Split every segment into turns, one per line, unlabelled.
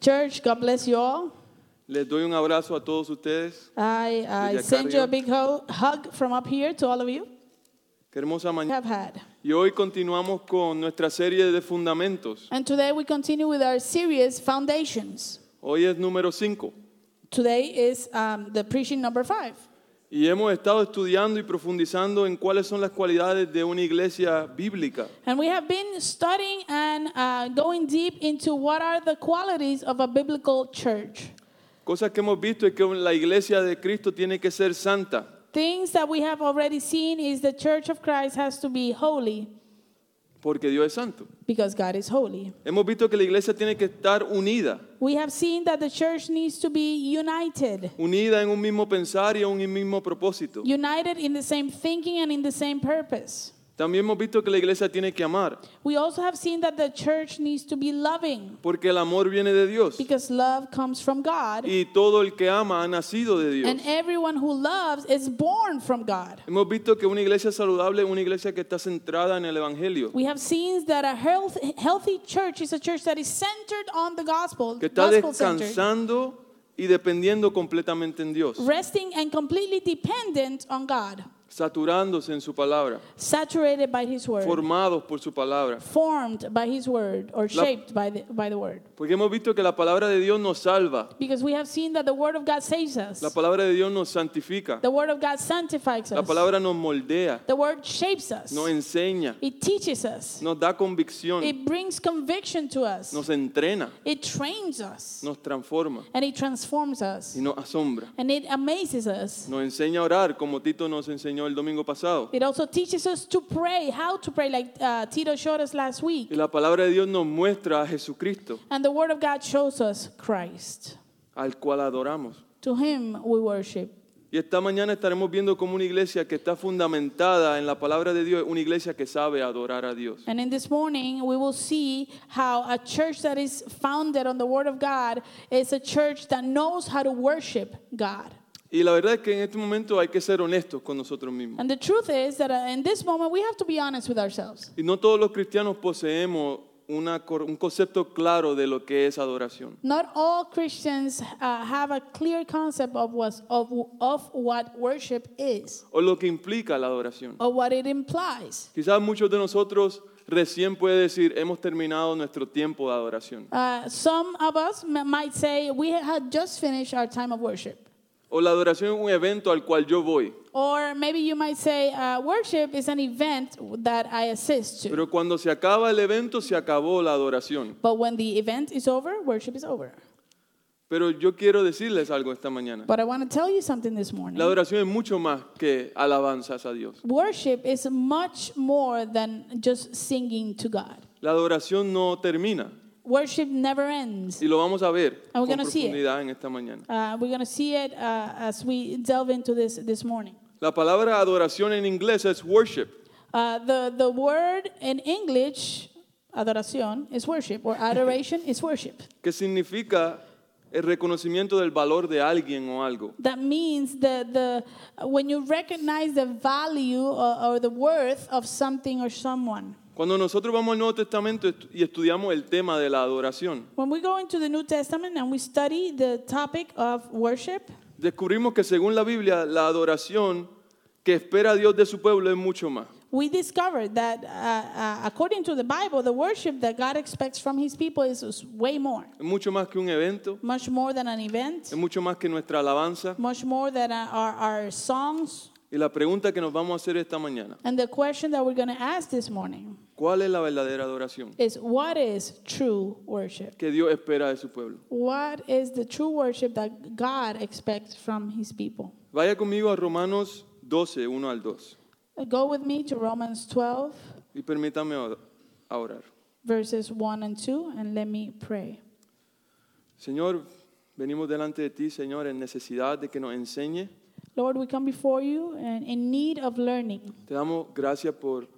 Church, God bless you all.
Les doy un abrazo a todos ustedes.
I, I
Desde acá
send you a
arriba.
big ho- hug from up here to all of you.
Qué hermosa
we
mañana.
Have had.
Y hoy continuamos con nuestra serie de fundamentos.
And today we continue with our series Foundations.
Hoy es número 5.
Today is um, the preaching number five.
Y hemos estado estudiando y profundizando en cuáles son las cualidades de una iglesia bíblica.
And we have been studying and uh, going deep into what are the qualities of a biblical church.
Cosas que hemos visto es que la iglesia de Cristo tiene que ser santa,
Things that we have already seen is the church of Christ has to be holy
porque Dios es santo.
because God is holy.
Hemos visto que la iglesia tiene que estar unida,
We have seen that the church needs to be united,
unida en un mismo pensar y en un mismo propósito.
united in the same thinking and in the same purpose.
También hemos visto que la iglesia tiene que amar,
We also have seen that the church needs to be loving
porque el amor viene de Dios.
because love comes from God,
Y todo el que ama ha nacido de Dios.
and everyone who loves is born from God.
Hemos visto que una iglesia saludable es una iglesia que está centrada en el Evangelio,
We have seen that a health, healthy church is a church that is centered on the gospel,
que está
centered,
descansando y dependiendo completamente en Dios,
resting and completely dependent on God,
saturándose en su palabra,
saturated by His word,
formados por su palabra.
formed by His word, or
La-
shaped by the, by the word.
Porque hemos visto que la palabra de Dios nos salva,
Because we have seen that the word of God saves us.
la palabra de Dios nos santifica,
The word of God sanctifies
la
us.
palabra nos moldea,
The word shapes us.
nos enseña,
It teaches us.
nos da convicción,
It brings conviction to us.
nos entrena,
It trains us.
nos transforma
And it transforms us.
y nos asombra.
And it amazes us.
Nos enseña a orar como Tito nos enseñó el domingo pasado.
It also teaches us to pray, how to pray, like uh, Tito showed us last week.
Y la palabra de Dios nos muestra a Jesucristo,
And the word of God shows us Christ.
al cual adoramos.
To him we worship.
Y esta mañana estaremos viendo cómo una iglesia que está fundamentada en la palabra de Dios es una iglesia que sabe adorar a Dios.
And in this morning, we will see how a church that is founded on the Word of God is a church that knows how to worship God.
Y la verdad es que en este momento hay que ser honestos con nosotros mismos.
And the truth is that uh, in this moment, we have to be honest with ourselves.
Y no todos los cristianos poseemos una cor- un concepto claro de lo que es adoración.
Not all Christians uh, have a clear concept of, what's, of, of what worship is
o lo que implica la adoración.
or what it implies.
Quizás muchos de nosotros recién puede decir, hemos terminado nuestro tiempo de adoración.
Uh, some of us m- might say we had just finished our time of worship.
O la adoración es un evento al cual yo voy.
Or maybe you might say uh, worship is an event that I assist to.
Pero cuando se acaba el evento, se acabó la adoración.
But when the event is over, worship is over.
Pero yo quiero decirles algo esta mañana.
But I want to tell you something this morning.
La adoración es mucho más que alabanzas a Dios.
Worship is much more than just singing to God.
La adoración no termina
Worship never ends.
y lo vamos a ver
Ah, we're
con
gonna see it.
profundidad en esta mañana.
Uh, we're going to see it uh, as we delve into this this morning.
La palabra adoración en inglés es worship
Uh, the, the word in English, adoración, is worship, or adoration is worship.
que significa el reconocimiento del valor de alguien o algo.
That means the, the, when you recognize the value or, or the worth of something or someone.
Cuando nosotros vamos al Nuevo Testamento estu- y estudiamos el tema de la adoración,
When we go into the New Testament and we study the topic of worship,
descubrimos que según la Biblia, la adoración que espera Dios de su pueblo es mucho más.
we discovered that uh, uh, according to the Bible, the worship that God expects from his people is, is way more.
Es mucho más que un evento,
Much more than an event,
es mucho más que nuestra alabanza.
much more than our, our, our songs.
Y la pregunta que nos vamos a hacer esta mañana,
And the question that we're going to ask this morning
¿cuál es la verdadera adoración
is what is true worship?
que Dios espera de su pueblo?
What is the true worship that God expects from his people?
Vaya conmigo a Romanos 12, 1 al 2,
Go with me to Romans 12,
y permítame or- a orar.
verses 1 and 2, and let me pray.
Señor, venimos delante de ti, Señor, en necesidad de que nos enseñe.
Lord, we come before you and in need of learning.
Te damos gracias por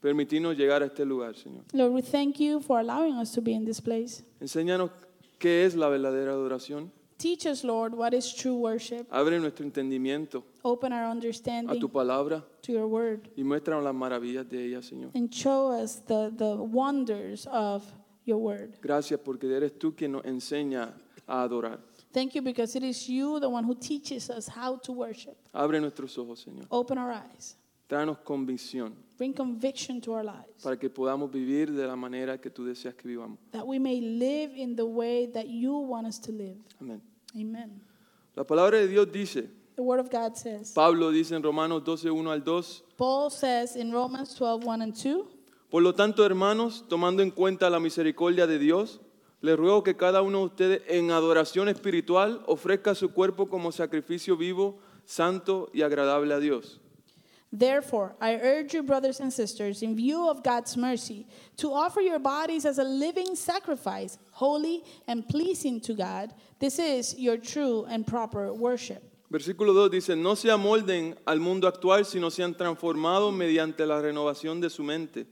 permitirnos llegar a este lugar, Señor.
Lord, we thank you for allowing us to be in this place.
Enséñanos qué es la verdadera adoración.
Teach us, Lord, what is true worship.
Abre nuestro entendimiento
Open our
a
understanding
tu palabra
to your word
y muéstranos las maravillas de ella, Señor.
and show us the, the wonders of your word.
Gracias porque eres tú quien nos enseña a adorar.
Thank you because it is you, the one who teaches us how to worship.
Abre nuestros ojos, Señor.
Open our eyes.
Tráenos convicción
Bring conviction to our lives
para que podamos vivir de la manera que tú deseas que vivamos.
that we may live in the way that you want us to live.
Amén.
Amen.
La palabra de Dios dice,
The word of God says,
Pablo dice en Romanos 12, 1 al 2,
Paul says in Romans 12, 1 and 2,
Por lo tanto, hermanos, tomando en cuenta la misericordia de Dios, les ruego que cada uno de ustedes en adoración espiritual ofrezca su cuerpo como sacrificio vivo, santo y agradable a Dios.
Therefore, I urge you, brothers and sisters, in view of God's mercy, to offer your bodies as a living sacrifice, holy and pleasing to God. This is your true and proper worship.
Versículo 2 dice, no se amolden al mundo actual, sino sean transformados mediante la renovación de su mente.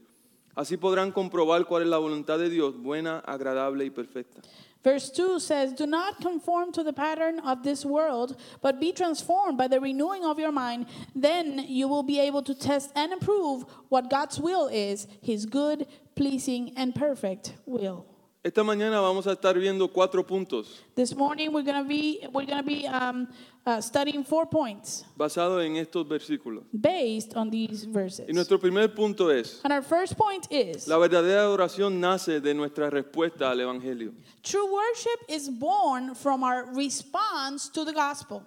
Así podrán comprobar cuál es la voluntad de Dios, buena, agradable y perfecta.
Verse 2 says, Do not conform to the pattern of this world, but be transformed by the renewing of your mind. Then you will be able to test and approve what God's will is, his good, pleasing, and perfect will.
Esta mañana vamos a estar viendo cuatro puntos
This morning we're gonna be we're gonna be um, uh, studying four points
basados en estos versículos.
based on these verses.
Y nuestro primer punto es,
and our first point is
La verdadera adoración nace de nuestra respuesta al Evangelio.
true worship is born from our response to the gospel.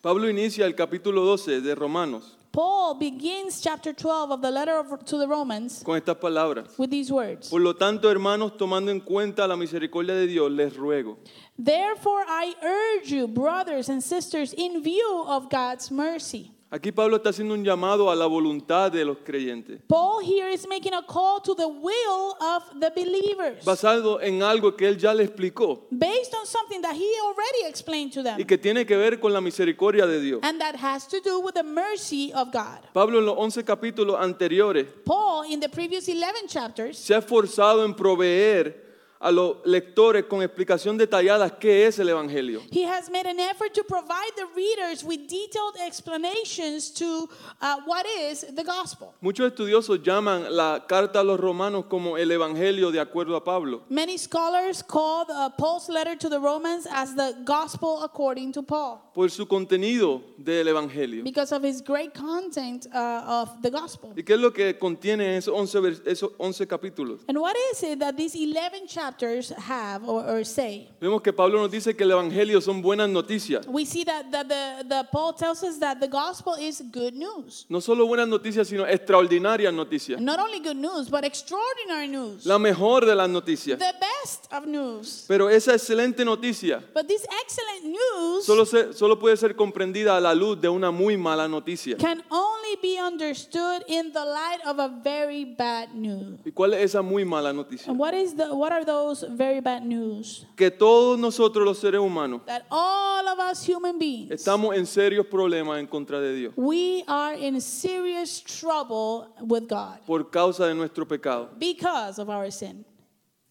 Pablo inicia el capítulo 12 de Romanos
Paul begins chapter 12 of the letter of, to the Romans
con estas palabras.
with these words.
Por lo tanto, hermanos, tomando en cuenta la misericordia de Dios, les ruego.
Therefore I urge you brothers and sisters in view of God's mercy.
Aquí Pablo está haciendo un llamado a la voluntad de los creyentes,
Paul here is making a call to the will of the believers
basado en algo que él ya le explicó
based on something that he already explained to them.
y que tiene que ver con la misericordia de Dios.
And that has to do with the mercy of God.
Pablo en los 11 capítulos anteriores
Paul, in the previous 11 chapters,
se ha esforzado en proveer a los lectores con explicación detallada qué es el Evangelio.
he has made an effort to provide the readers with detailed explanations to uh, what is the gospel.
Muchos estudiosos llaman la carta a los romanos como el Evangelio de acuerdo a Pablo.
Many scholars call uh, Paul's letter to the Romans as the gospel according to Paul
por su contenido del Evangelio.
because of his great content uh, of the gospel.
¿Y qué es lo que contiene esos 11, vers- esos 11 capítulos?
And what is it that these 11 chapters have or, or say?
Vemos que Pablo nos dice que el Evangelio son buenas noticias.
We see that, that the, the Paul tells us that the gospel is good news.
No solo buenas noticias, sino extraordinarias noticias.
Not only good news, but extraordinary news.
La mejor de las noticias.
The best of news.
Pero esa excelente noticia
But this excellent news
solo, se- solo puede ser comprendida a la luz de una muy mala noticia.
can only be understood in the light of a very bad news.
¿Y cuál es esa muy mala noticia?
And what is the what are those very bad news?
Que todos nosotros los seres humanos
That all of us human beings
estamos en serios problemas en contra de Dios.
we are in serious trouble with God
por causa de nuestro pecado.
because of our sin.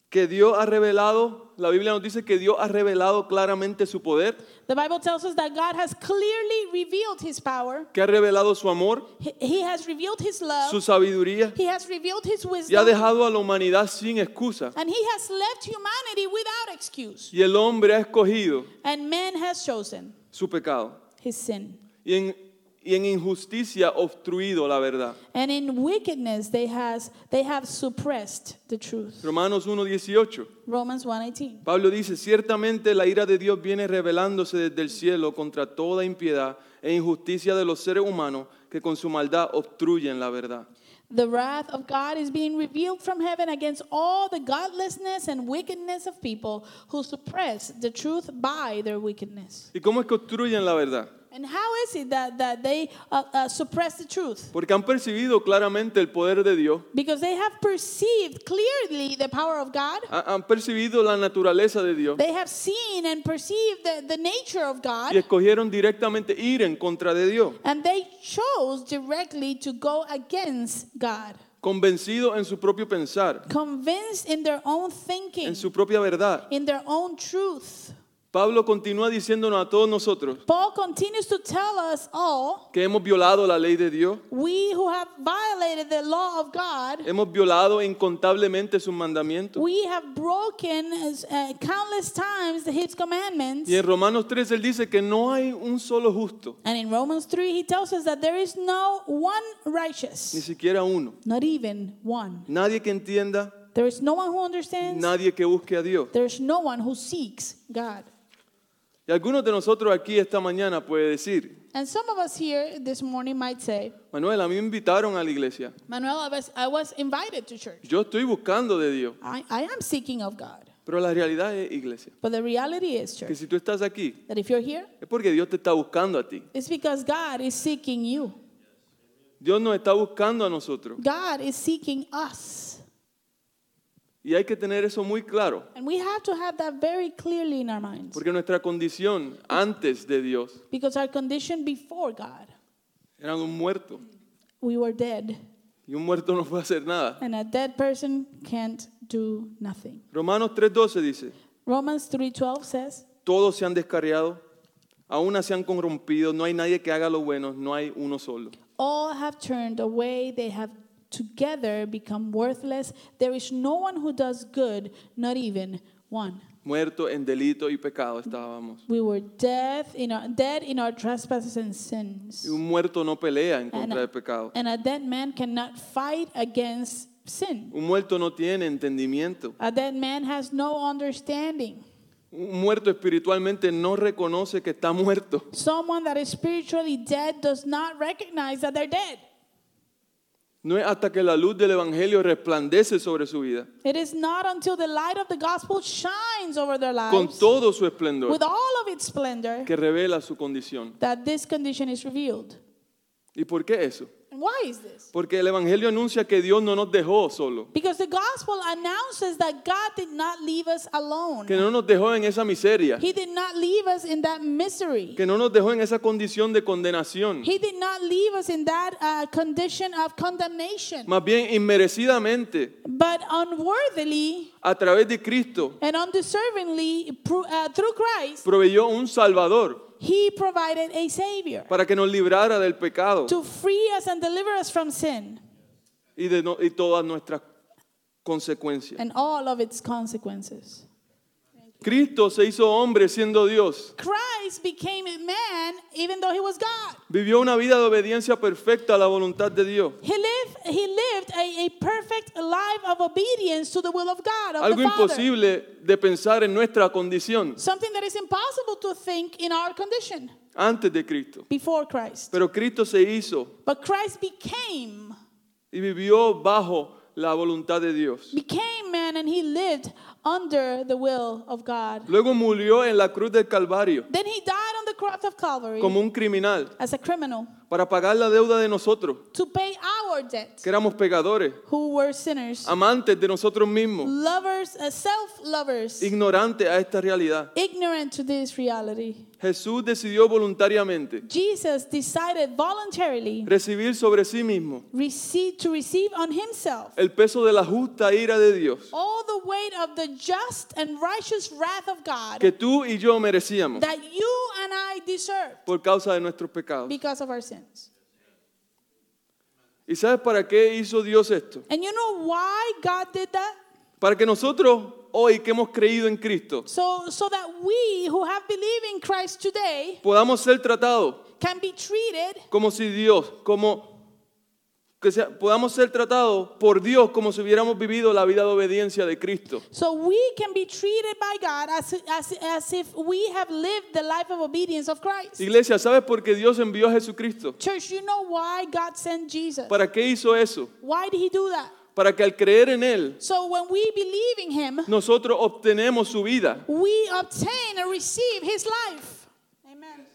Que Dios ha revelado, la Biblia nos dice que Dios ha revelado claramente su poder,
The Bible tells us that God has clearly revealed his power.
que ha revelado su amor,
He, he has revealed his love.
su sabiduría
he has revealed his
y ha
wisdom.
dejado a la humanidad sin excusa.
And he has left humanity without excuse.
Y el hombre ha escogido
And man has chosen
su pecado
his sin.
y en, y en injusticia obstruido la verdad.
And in wickedness they has they have suppressed the truth.
Romanos 1.18,
Romans 1:18.
Pablo dice, ciertamente la ira de Dios viene revelándose desde el cielo contra toda impiedad e injusticia de los seres humanos que con su maldad obstruyen la verdad.
The wrath of God is being revealed from heaven against all the godlessness and wickedness of people who suppress the truth by their wickedness.
¿Y cómo es que obstruyen la verdad?
And how is it that, that they uh, uh, suppress the truth?
Porque han percibido claramente el poder de Dios,
Because they have perceived clearly the power of God.
ha- han percibido la naturaleza de Dios
They have seen and perceived the, the nature of God.
y escogieron directamente ir en contra de Dios,
And they chose directly to go against God,
convencidos en su propio pensar,
convinced in their own thinking,
en su propia verdad.
in their own truth.
Pablo continúa diciéndonos a todos nosotros
Paul continues to tell us all
que hemos violado la ley de Dios,
we who have violated the law of God,
hemos violado incontablemente sus mandamientos.
we have broken uh, countless times his commandments.
Y en Romanos 3 él dice que no hay un solo justo,
And in Romans 3, he tells us that there is no one
ni
righteous,
siquiera uno.
not even one.
Nadie que entienda,
There is no one who understands,
nadie que busque a Dios.
there is no one who seeks God.
Y algunos de nosotros aquí esta mañana puede decir,
And some of us here this morning might say,
Manuel, a mí me invitaron a la iglesia.
Manuel, I was, I was invited to church.
Yo estoy buscando de Dios.
I, I am seeking of God.
Pero la realidad es, iglesia,
But the reality is,
que
church,
si tú estás aquí,
that if you're here,
es porque Dios te está buscando a ti.
it's because God is seeking you.
Dios nos está buscando a nosotros.
God is seeking us.
Y hay que tener eso muy claro.
And we have to have that very clearly in our minds.
Porque nuestra condición antes de Dios
Because our condition before God,
era un muerto.
we were dead.
Y un muerto no puede hacer nada.
And a dead person can't do nothing.
Romanos 3:12 dice,
Romans 3:12 says,
todos se han descarriado, aún se han corrompido, no hay nadie que haga lo bueno, no hay uno solo.
All have turned away, they have together become worthless. There is no one who does good, not even one.
Muerto en delito y pecado estábamos.
We were dead in our, dead in our trespasses and sins.
Y un muerto no pelea en contra del pecado.
And a dead man cannot fight against sin.
Un muerto no tiene entendimiento.
A dead man has no understanding.
Un muerto espiritualmente no reconoce que está muerto.
Someone that is spiritually dead does not recognize that they're dead.
No es hasta que la luz del Evangelio resplandece sobre su vida,
It is not until the light of the gospel shines over their
con
lives
todo su esplendor,
with all of its splendor
que revela su condición.
that this condition is revealed.
¿Y por qué eso?
And why is this?
Porque el Evangelio anuncia que Dios no nos dejó solo,
Because the gospel announces that God did not leave us alone.
que no nos dejó en esa miseria,
He did not leave us in that misery.
que no nos dejó en esa condición de condenación.
He did not leave us in that uh, condition of condemnation.
Más bien, inmerecidamente,
But unworthily
a través de Cristo,
and undeservingly, pro- uh, through Christ,
proveyó un Salvador
He provided a Savior
para que nos librara del pecado
to free us and deliver us from sin
y de no- y todas nuestras consecuencias.
and all of its consequences.
Cristo se hizo hombre siendo Dios.
Christ became a man even though he was God.
Vivió una vida de obediencia perfecta a la voluntad de Dios.
He lived, he lived a, a perfect life of obedience to the will of God, of
Algo
the Father.
imposible de pensar en nuestra condición
Something that is impossible to think in our condition
antes de Cristo.
before Christ.
Pero Cristo se hizo
But Christ became,
y vivió bajo la voluntad de Dios.
became man and he lived under the will of God.
Luego murió en la cruz del Calvario
Then he died on the cross of Calvary
como un criminal
as a criminal
para pagar la deuda de nosotros,
to pay our debt,
que éramos pecadores,
who were sinners,
amantes de nosotros mismos,
lovers, uh, self-lovers,
ignorantes a esta realidad.
ignorant to this reality.
Jesús decidió voluntariamente
Jesus decided voluntarily
recibir sobre sí mismo
receive, to receive on himself
el peso de la justa ira de Dios
all the weight of the just and righteous wrath of God
que tú y yo merecíamos
that you and I deserve
por causa de nuestros pecados.
because of our sins.
¿Y sabes para qué hizo Dios esto?
And you know why God did that?
Para que nosotros hoy que hemos creído en Cristo
So, so that we who have believed in Christ today
podamos ser tratados
can be treated
como si Dios, como que sea- podamos ser tratados por Dios como si hubiéramos vivido la vida de obediencia de Cristo.
So we can be treated by God as, as, as if we have lived the life of obedience of Christ.
Iglesia, ¿sabes por qué Dios envió a Jesucristo?
Church, you know why God sent Jesus?
¿Para qué hizo eso?
Why did he do that?
Para que al creer en Él,
So when we believe in him,
nosotros obtenemos su vida.
we obtain and receive his life. Amen.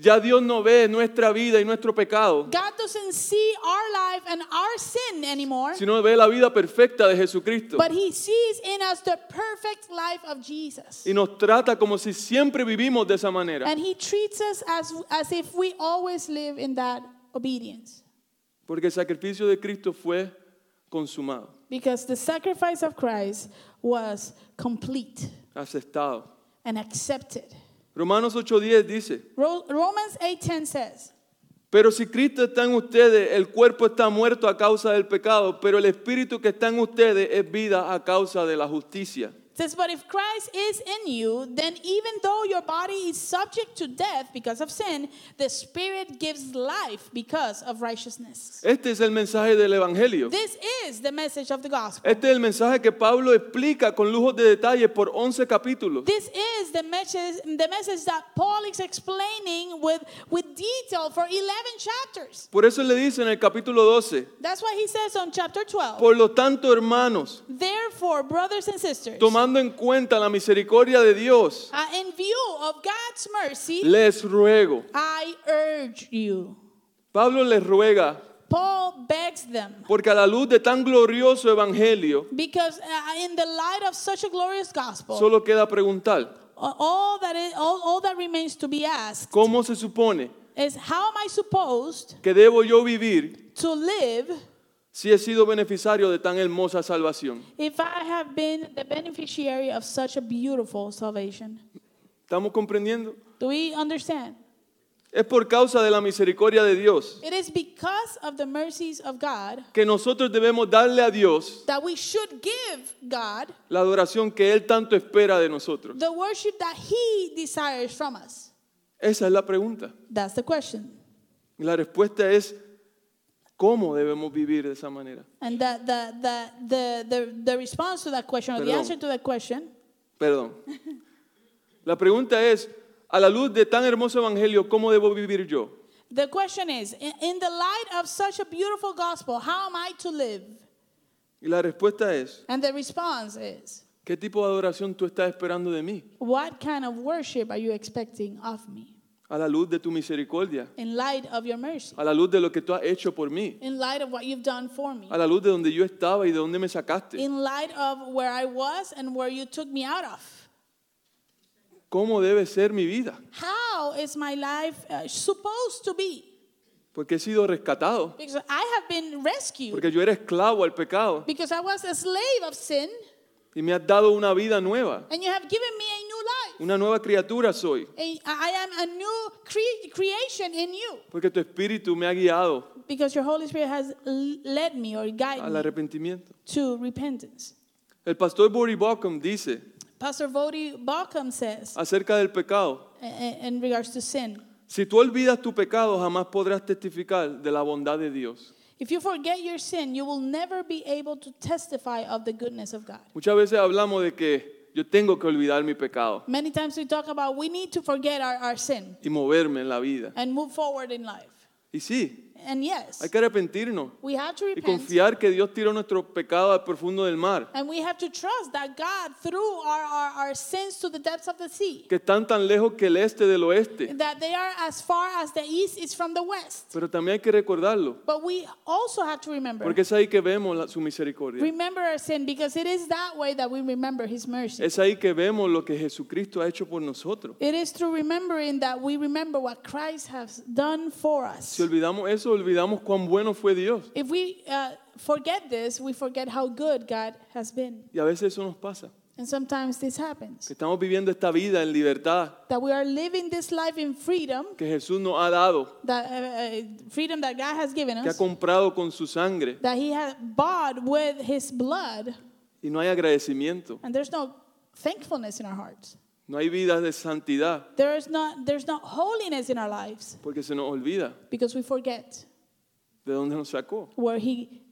Ya Dios no ve nuestra vida y nuestro pecado,
God doesn't see our life and our sin anymore,
sino ve la vida perfecta de Jesucristo.
but he sees in us the perfect life of Jesus.
Y nos trata como si siempre vivimos de esa manera.
And he treats us as, as if we always live in that obedience.
Porque el sacrificio de Cristo fue consumado,
Because the sacrifice of Christ was complete,
aceptado,
and accept it.
Romanos 8:10 dice,
Ro- Romans 8:10 says,
pero si Cristo está en ustedes, el cuerpo está muerto a causa del pecado, pero el espíritu que está en ustedes es vida a causa de la justicia.
It says, But if Christ is in you, then even though your body is subject to death because of sin, the Spirit gives life because of righteousness.
Este es el mensaje del Evangelio.
This is the message of the gospel.
Este es el mensaje que Pablo explica con lujos de detalle por 11 capítulos.
This is the message, the message that Paul is explaining with, with detail for 11 chapters.
Por eso le dice en el capítulo 12,
That's why he says on chapter 12,
por lo tanto hermanos,
Therefore, brothers and sisters,
tomando en cuenta la misericordia de Dios,
uh, in view of God's mercy,
les ruego.
I urge you.
Pablo les ruega,
Paul begs them
porque a la luz de tan glorioso evangelio,
because uh, in the light of such a glorious gospel,
solo queda preguntar,
all that is all, all that remains to be asked
¿cómo se supone
is how am I supposed
que debo yo vivir
to live
si he sido beneficiario de tan hermosa salvación?
If I have been the beneficiary of such a beautiful salvation,
¿Estamos comprendiendo?
do we understand?
Es por causa de la misericordia de Dios
It is because of the mercies of God
que nosotros debemos darle a Dios
that we should give God
la adoración que Él tanto espera de nosotros.
the worship that He desires from us.
Esa es la pregunta.
That's the question.
Y La respuesta es, ¿cómo debemos vivir de esa manera?
And that the, the, the, the, the response to that question, or the
Perdón.
answer to that question,
Perdón. La pregunta es, a la luz de tan hermoso evangelio, ¿cómo debo vivir yo?
the question is in, in the light of such a beautiful gospel, how am I to live?
Y la respuesta es,
And the response is,
¿qué tipo de adoración tú estás esperando de mí?
what kind of worship are you expecting of me?
A la luz de tu misericordia,
in light of your mercy,
a la luz de lo que tú has hecho por mí,
in light of what you've done for me,
a la luz de donde yo estaba y de donde me sacaste.
in light of where I was and where you took me out of.
¿Cómo debe ser mi vida?
How is my life uh, supposed to be?
Porque he sido rescatado,
Because I have been rescued,
porque yo era esclavo al pecado
because I was a slave of sin,
y me has dado una vida nueva,
and you have given me a new life.
una nueva criatura soy,
A- I am a new cre- creation in you,
porque tu espíritu me ha guiado
because your Holy Spirit has l- led me or guided
al
me
arrepentimiento.
to repentance.
El pastor Bory Bockham dice
Pastor Vodi Balcom says,
acerca del pecado,
uh, in regards to sin,
si tú olvidas tu pecado jamás podrás testificar de la bondad de Dios.
If you forget your sin, you will never be able to testify of the goodness of God.
Muchas veces hablamos de que yo tengo que olvidar mi pecado
Many times we talk about we need to forget our, our sin
y moverme en la vida.
and move forward in life.
Y sí,
And yes,
hay que arrepentirnos
we have to
y
repent
confiar que Dios tiró nuestro pecado al profundo del mar,
and we have to trust that God threw our, our, our sins to the depths of the sea,
que están tan lejos que el este del oeste.
that they are as far as the east is from the west.
Pero también hay que recordarlo,
But we also have to remember.
porque es ahí que vemos la- su misericordia.
Remember our sin because it is that way that we remember His mercy.
Es ahí que vemos lo que Jesucristo ha hecho por nosotros.
It is through remembering that we remember what Christ has done for us.
Si olvidamos eso, olvidamos cuán bueno fue Dios.
If we uh, forget this, we forget how good God has been.
Y a veces eso nos pasa,
And sometimes this happens
que estamos viviendo esta vida en libertad
that we are living this life in freedom,
que Jesús nos ha dado,
that uh, uh, freedom that God has given
que ha
us,
comprado con su sangre,
that He has bought with His blood,
y no hay agradecimiento,
and there's no thankfulness in our hearts.
no hay vidas de santidad,
There is not, there's not holiness in our lives
porque se nos olvida
because we forget
de dónde nos sacó.
where He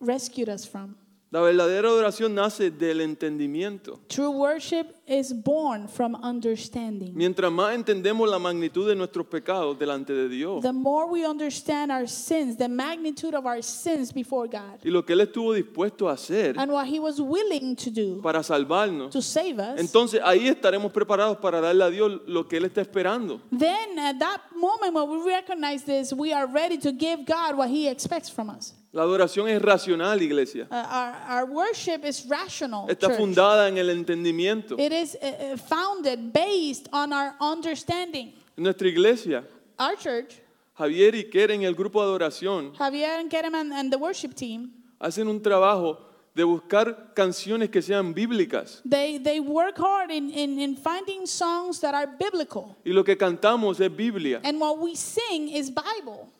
rescued us from.
La verdadera adoración nace del entendimiento.
True worship is born from understanding.
Mientras más entendemos la magnitud de nuestros pecados delante de Dios
The more we understand our sins, the magnitude of our sins before God,
y lo que Él estuvo dispuesto a hacer
and what He was willing to do
para salvarnos,
to save us,
entonces ahí estaremos preparados para darle a Dios lo que Él está esperando.
then at that moment when we recognize this, we are ready to give God what He expects from us.
La adoración es racional, iglesia.
Uh, our, our worship is rational.
Está
church.
fundada en el entendimiento.
It is uh, uh, founded based on our understanding.
En nuestra iglesia,
Our church,
Javier y Keren y el grupo de adoración
Javier and Kereman and the worship team,
hacen un trabajo de buscar canciones que sean bíblicas.
They, they work hard in, in, in finding songs that are biblical.
Y lo que cantamos es Biblia,
And what we sing is Bible.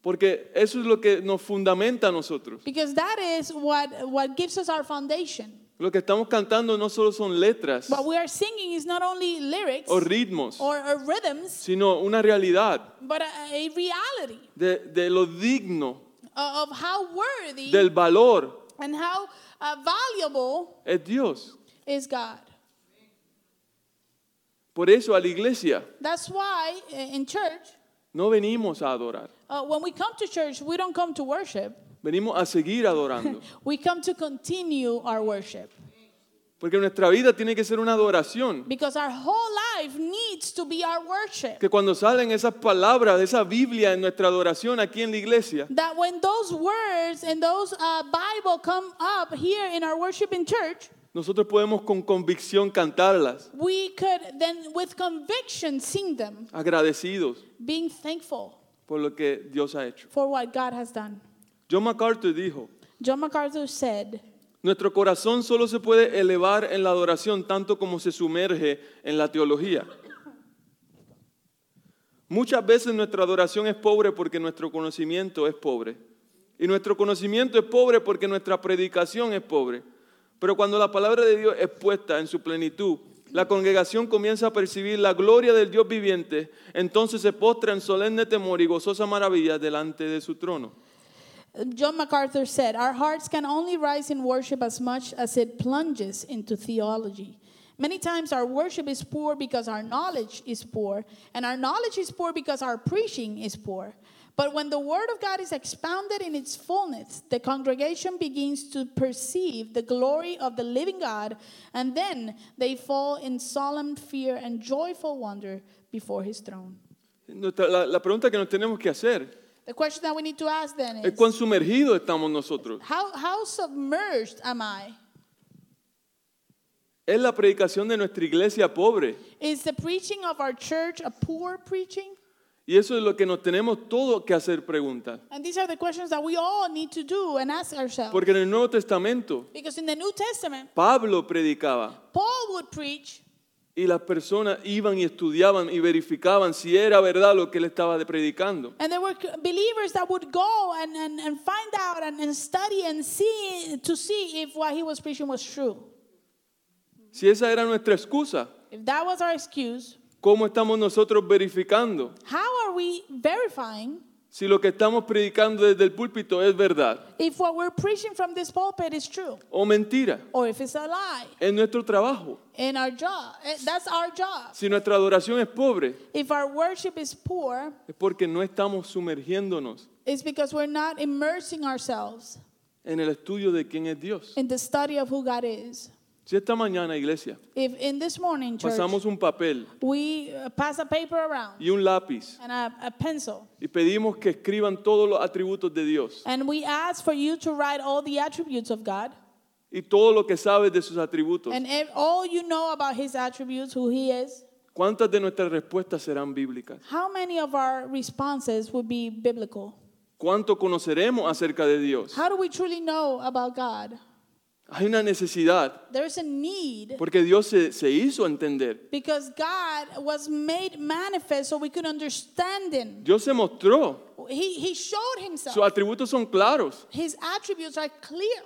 porque eso es lo que nos fundamenta a nosotros.
Because that is what, what gives us our foundation.
Lo que estamos cantando no solo son letras
What we are singing is not only lyrics
o ritmos,
or, or rhythms,
sino una realidad
but a, a reality uh,
de, de lo digno,
of of how worthy
del valor,
and how uh, valuable
es Dios.
is God.
Por eso a la iglesia
That's why uh, in church,
no venimos a adorar,
uh, when we come to church, we don't come to worship.
venimos a seguir adorando.
We come to continue our worship
Porque nuestra vida tiene que ser una adoración.
because our whole life needs to be our worship.
Que cuando salen esas palabras de esa Biblia en nuestra adoración aquí en la iglesia,
That when those words and those uh, Bible come up here in our worship in church,
nosotros podemos con convicción cantarlas,
we could then with conviction sing them,
agradecidos
being thankful
por lo que Dios ha hecho.
for what God has done.
John MacArthur dijo,
John MacArthur said,
nuestro corazón solo se puede elevar en la adoración tanto como se sumerge en la teología. Muchas veces nuestra adoración es pobre porque nuestro conocimiento es pobre. Y nuestro conocimiento es pobre porque nuestra predicación es pobre. Pero cuando la palabra de Dios es puesta en su plenitud, la congregación comienza a percibir la gloria del Dios viviente, entonces se postra en solemne temor y gozosa maravilla delante de su trono.
John MacArthur said, Our hearts can only rise in worship as much as it plunges into theology. Many times our worship is poor because our knowledge is poor, and our knowledge is poor because our preaching is poor. But when the Word of God is expounded in its fullness, the congregation begins to perceive the glory of the living God, and then they fall in solemn fear and joyful wonder before His throne.
Nuestra- la- la pregunta que nos tenemos que hacer
The question that we need to ask then is
es cuán sumergidos estamos nosotros.
how, how submerged am I?
Es la predicación de nuestra iglesia pobre.
Is the preaching of our church a poor preaching?
Y eso es lo que nos tenemos todos que hacer preguntas.
And these are the questions that we all need to do and ask ourselves.
Porque en el Nuevo Testamento,
Because in the New Testament,
Pablo predicaba
Paul would preach,
y las personas iban y estudiaban y verificaban si era verdad lo que él estaba de- predicando.
and there were c- believers that would go and, and, and find out and, and study and see to see if what he was preaching was true.
Si esa era nuestra excusa,
If that was our excuse,
¿cómo estamos nosotros verificando
how are we verifying
si lo que estamos predicando desde el púlpito es verdad
if what we're preaching from this pulpit is true
o mentira?
or if it's a lie?
En nuestro trabajo,
In our job, Eh, that's our job.
si nuestra adoración es pobre,
If our worship is poor,
es porque no estamos sumergiéndonos
It's because we're not immersing ourselves
en el estudio de quién es Dios.
in the study of who God is.
Si esta mañana, iglesia,
If in this morning, church,
pasamos un papel
we uh, pass a paper around
y un lápiz
and a, a pencil,
y pedimos que escriban todos los atributos de Dios
and we ask for you to write all the attributes of God
y todo lo que sabes de sus atributos,
and ev- all you know about His attributes, who He is,
¿cuántas de nuestras respuestas serán bíblicas?
how many of our responses would be biblical?
¿Cuánto conoceremos acerca de Dios?
How do we truly know about God?
Hay una necesidad
There is a need
porque Dios se, se hizo entender.
because God was made manifest so we could understand Him.
Dios se mostró.
He, he showed Himself.
Sus atributos son claros.
His attributes are clear.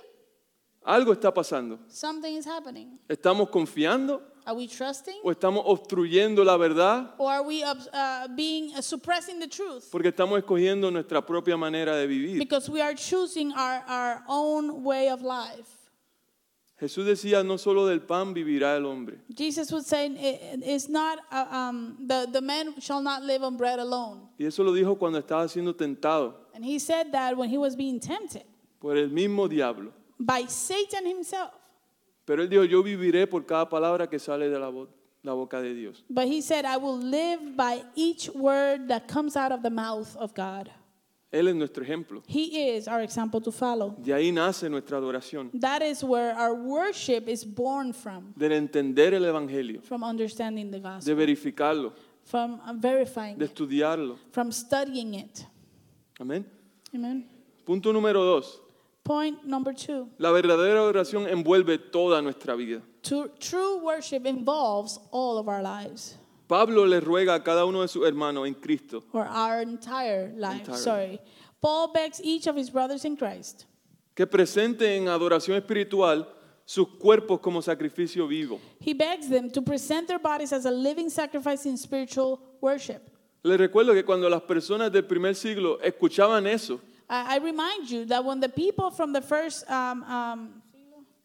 Algo está pasando.
Something is happening.
¿Estamos confiando
Are we trusting?
o estamos obstruyendo la verdad
Or are we obs- uh, being uh, suppressing the truth?
porque estamos escogiendo nuestra propia manera de vivir?
Because we are choosing our, our own way of life.
Jesús decía, no solo del pan vivirá el hombre.
Jesus would say, "I- It's not, uh, um, the, the man shall not live on bread alone.
Y eso lo dijo cuando estaba siendo tentado
And he said that when he was being tempted
por el mismo diablo.
by Satan himself.
Pero él dijo, yo viviré por cada palabra que sale de la, bo- la boca de Dios.
But he said, I will live by each word that comes out of the mouth of God.
Él es nuestro ejemplo.
He is our example to follow.
De ahí nace nuestra adoración,
That is where our worship is born from,
del entender el Evangelio,
from understanding the
de
gospel,
verificarlo,
from uh, verifying
de
it,
estudiarlo.
from studying it.
Amén.
Amen.
Punto número dos,
Point number two
La verdadera oración envuelve toda nuestra vida.
Tru- true worship involves all of our lives,
Pablo le ruega a cada uno de sus hermanos en Cristo
or our entire life.
Entire.
Sorry. Paul begs each of his brothers in Christ
que presente en adoración espiritual sus cuerpos como sacrificio vivo.
He begs them to present their bodies as a living sacrifice in spiritual worship.
Les recuerdo que cuando las personas del primer siglo escuchaban eso,
I, I remind you that when the people from the first um, um,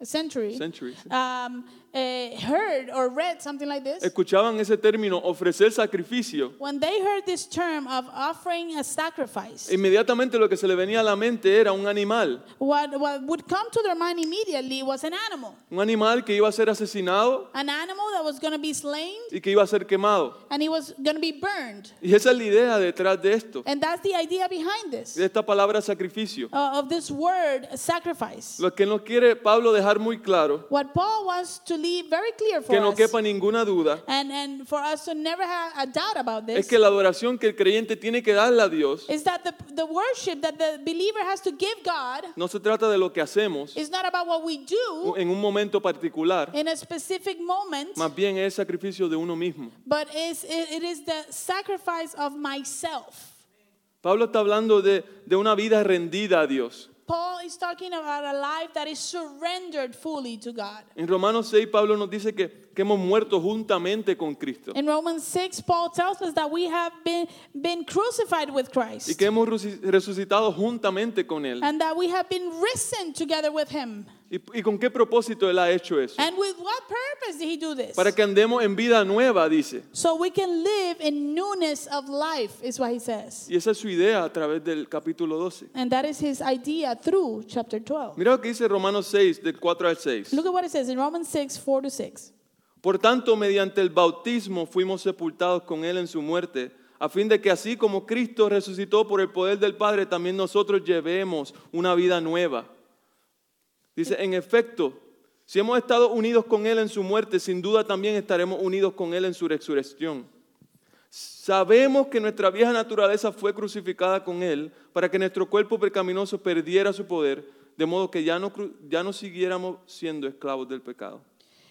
century,
Century, sí.
um, eh, heard or read something like
Eh,
this,
escuchaban ese término ofrecer sacrificio,
when they heard this term of offering a sacrifice,
Eh, inmediatamente lo que se le venía a la mente era un animal,
what, what would come to their mind immediately was an animal.
un animal que iba a ser asesinado
An animal that was going to be slain
y que iba a ser quemado.
and it was going to be burned.
Y esa es la idea detrás de esto,
And that's the idea behind this,
de esta palabra sacrificio.
uh, of this word sacrifice.
Lo que nos quiere Pablo dejar muy claro,
What Paul wants to leave very clear for
que no
us,
quepa ninguna duda,
and, and for us to never have a doubt about
es
this,
que la adoración que el creyente tiene que darle a Dios
is that the, the worship that the believer has to give God
no se trata de lo que hacemos
is not about what we do
en un momento particular,
in a specific moment,
más bien es sacrificio de uno mismo.
but is, it, it is the sacrifice of myself.
Pablo está hablando de, de una vida rendida a Dios.
Paul is talking about a life that is surrendered fully to God.
En Romanos 6 Pablo nos dice que, que hemos muerto juntamente con Cristo
In Romans 6, Paul tells us that we have been, been crucified with
y
Christ
que hemos resuc- resucitado juntamente con Él.
and that we have been risen together with him.
¿Y, y con qué propósito Él ha hecho eso?
And with what purpose did he do this?
Para que andemos en vida nueva, dice.
So we can live in newness of life, is what he says.
Y esa es su idea a través del capítulo 12.
And that is his idea through chapter 12.
Mira lo que dice Romanos 6, del 4 al 6.
Look at what it says in Romans 6 4 to 6.
Por tanto, mediante el bautismo fuimos sepultados con Él en su muerte, a fin de que así como Cristo resucitó por el poder del Padre, también nosotros llevemos una vida nueva. Dice, en efecto, si hemos estado unidos con Él en su muerte, sin duda también estaremos unidos con Él en su resurrección. Sabemos que nuestra vieja naturaleza fue crucificada con Él para que nuestro cuerpo pecaminoso perdiera su poder, de modo que ya no, cru- ya no siguiéramos siendo esclavos del pecado.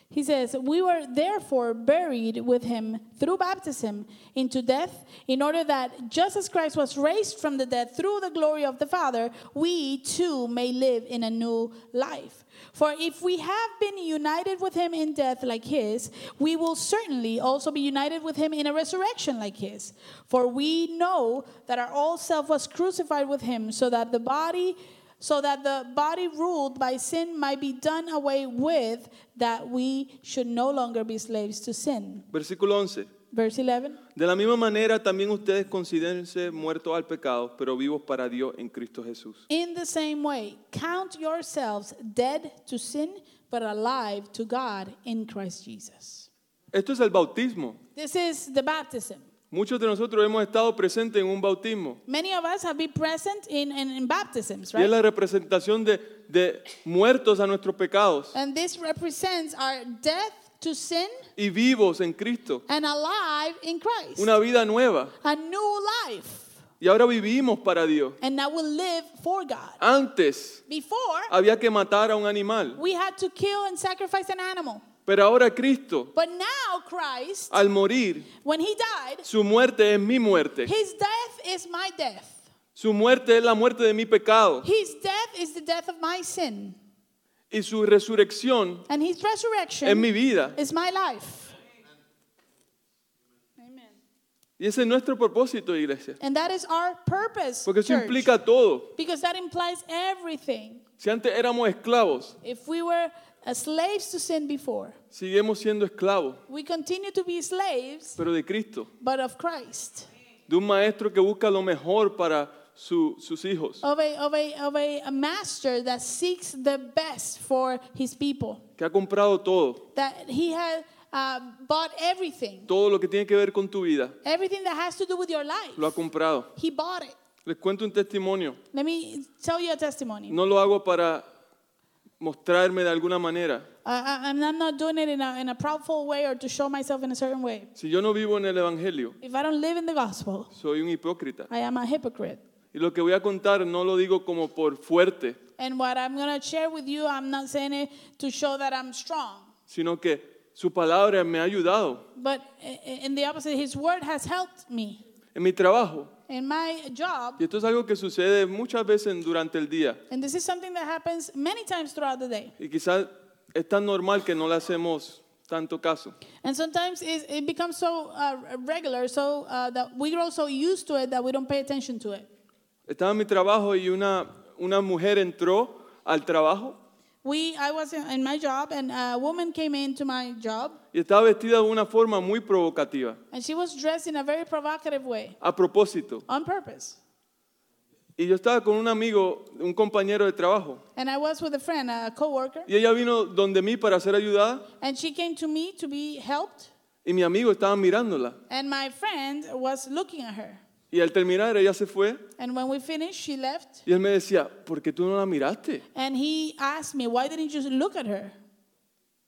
He says, We were therefore buried with him through baptism into death, in order that just as Christ was raised from the dead through the glory of the Father, we too may live in a new life. For if we have been united with him in death like his, we will certainly also be united with him in a resurrection like his. For we know that our old self was crucified with him, so that the body so that the body ruled by sin might be done away with, that we should no longer be slaves to sin.
Versículo 11.
Verse 11.
De la misma manera también ustedes considérense muertos al pecado, pero vivos para Dios en Cristo Jesús.
In the same way, count yourselves dead to sin, but alive to God in Christ Jesus.
Esto es el bautismo.
This is the baptism.
Muchos de nosotros hemos estado presentes en un bautismo.
Many of us have been present in, in, in baptisms,
Y es
right?
la representación de, de muertos a nuestros pecados
And this represents our death to sin
y vivos en Cristo.
and alive in Christ.
Una vida nueva.
A new life.
Y ahora vivimos para Dios.
And now we live for God.
Antes
Before,
había que matar a un animal,
We had to kill and sacrifice an animal.
pero ahora Cristo,
But now, Christ,
al morir,
when he died,
su muerte es mi muerte.
his death is my death.
Su muerte es la muerte de mi pecado.
His death is the death of my sin.
Y su resurrección
And his
es mi
resurrection
vida.
is my life. Amen.
Y ese es nuestro propósito, iglesia.
And that is our purpose.
Porque eso
church.
implica todo.
because that implies everything.
Si antes éramos esclavos,
If we were uh, slaves to sin before,
seguimos siendo esclavos,
we continue to be slaves,
pero de Cristo,
but of Christ.
de un maestro que busca lo mejor para su- sus hijos,
of a, of a, of a, a master that seeks the best for his people,
que ha comprado todo,
that he has uh, bought everything,
todo lo que tiene que ver con tu vida,
everything that has to do with your life.
lo ha comprado.
He bought it.
Les cuento un testimonio.
Let me tell you a testimony.
No lo hago para mostrarme de alguna manera.
I, I, I'm not- I'm not doing it in a, in a proudful way or to show myself in a certain way.
Si yo no vivo en el Evangelio,
If I don't live in the gospel,
soy un hipócrita.
I am a hypocrite.
Y lo que voy a contar no lo digo como por fuerte,
And what I'm going to share with you, I'm not saying it to show that I'm strong,
sino que su palabra me ha ayudado
but i- i- in the opposite, His word has helped me
en mi trabajo.
in my job.
Y esto es algo que sucede muchas veces durante el día.
And this is something that happens many times throughout the day.
Y quizás es tan normal que no le hacemos tanto caso.
And sometimes it, it becomes so uh, regular, so uh, that we grow so used to it that we don't pay attention to it.
Estaba en mi trabajo y una, una mujer entró al trabajo
We, I was in, in my job, and a woman came into my job,
y estaba vestida de una forma muy provocativa,
and she was dressed in a very provocative way,
a propósito.
on purpose.
Y yo estaba con un amigo, un compañero de trabajo,
And I was with a friend, a coworker,
y ella vino donde mí para ser ayudada
and she came to me to be helped,
y mi amigo estaba mirándola.
and my friend was looking at her.
Y al terminar ella se fue
And when we finished, she left,
y él me decía, ¿por qué tú no la miraste?
and he asked me, "Why didn't you look at her?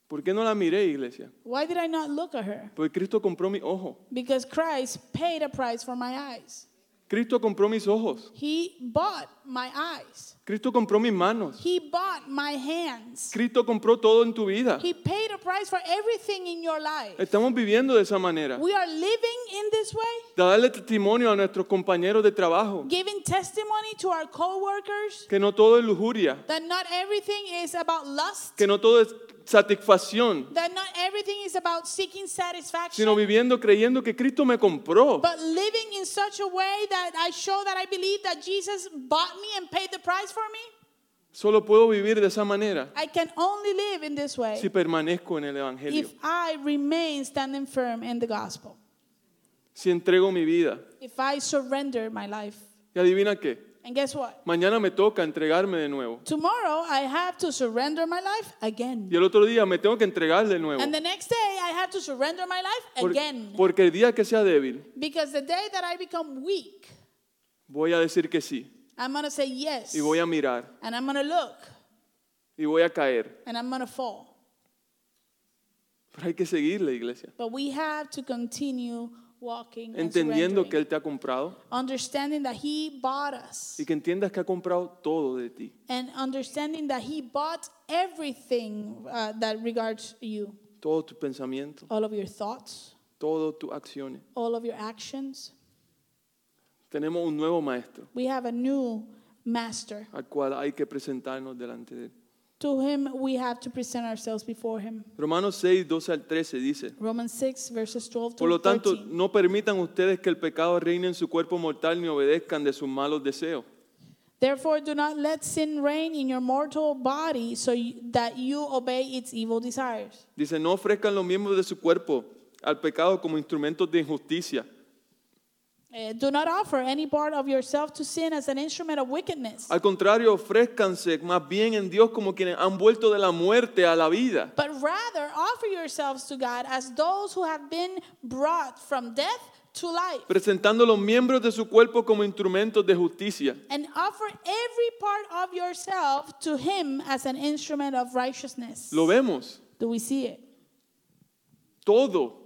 ¿Por qué no la miré, iglesia?
Why did I not look at her?
Porque Cristo compró mi ojo.
Because Christ paid a price for my eyes."
Cristo compró mis ojos.
He bought my eyes.
Cristo compró mis manos.
He bought my hands.
Cristo compró todo en tu vida.
He paid a price for everything in your life.
Estamos viviendo de esa manera.
We are living in this way,
De darle testimonio a nuestros compañeros de trabajo
giving testimony to our coworkers
que no todo es lujuria,
that not everything is about lust,
que no todo es satisfacción,
that not everything is about seeking
sino
satisfaction,
viviendo creyendo que Cristo me compró.
but living in such a way that I show that I believe that Jesus bought me and paid the price for me.
Solo puedo vivir de esa manera
I can only live in this way
si permanezco en el
if
Evangelio,
I remain standing firm in the gospel.
si entrego mi vida.
if I surrender my life.
Y adivina qué,
And guess what?
mañana me toca entregarme de nuevo.
Tomorrow I have to surrender my life again.
Y el otro día me tengo que entregar de nuevo.
And the next day I have to surrender my life
Por-
again.
porque el día que sea débil,
Because the day that I become weak,
voy a decir que sí.
I'm going to say yes.
Y voy a mirar.
And I'm going to look.
Y voy a caer.
And I'm going to fall.
Pero hay que seguir la iglesia.
But we have to continue walking and
Entendiendo
surrendering.
que Él te ha comprado.
understanding that He bought us.
Y que entiendas que ha comprado todo de ti.
And understanding that He bought everything uh, that regards you
Todos tus pensamientos.
all of your thoughts,
Todas tus acciones.
all of your actions.
Tenemos un nuevo maestro
We have a new master.
al cual hay que presentarnos delante de Él.
To him we have to present ourselves before him.
Romanos 6, 12 al 13 dice.
Romans 6 verses 12
Por
to
lo tanto,
13.
no permitan ustedes que el pecado reine en su cuerpo mortal ni obedezcan de sus malos deseos.
Therefore do not let sin reign in your mortal body so you- that you obey its evil desires.
Dice, no ofrezcan los miembros de su cuerpo al pecado como instrumentos de injusticia,
Eh, do not offer any part of yourself to sin as an instrument of wickedness,
Al contrario, ofrézcanse más bien en Dios como quienes han vuelto de la muerte a la vida,
but rather offer yourselves to God as those who have been brought from death to life.
presentando los miembros de su cuerpo como instrumentos de justicia.
And offer every part of yourself to him as an instrument of righteousness.
Lo vemos,
Do we see it?
todo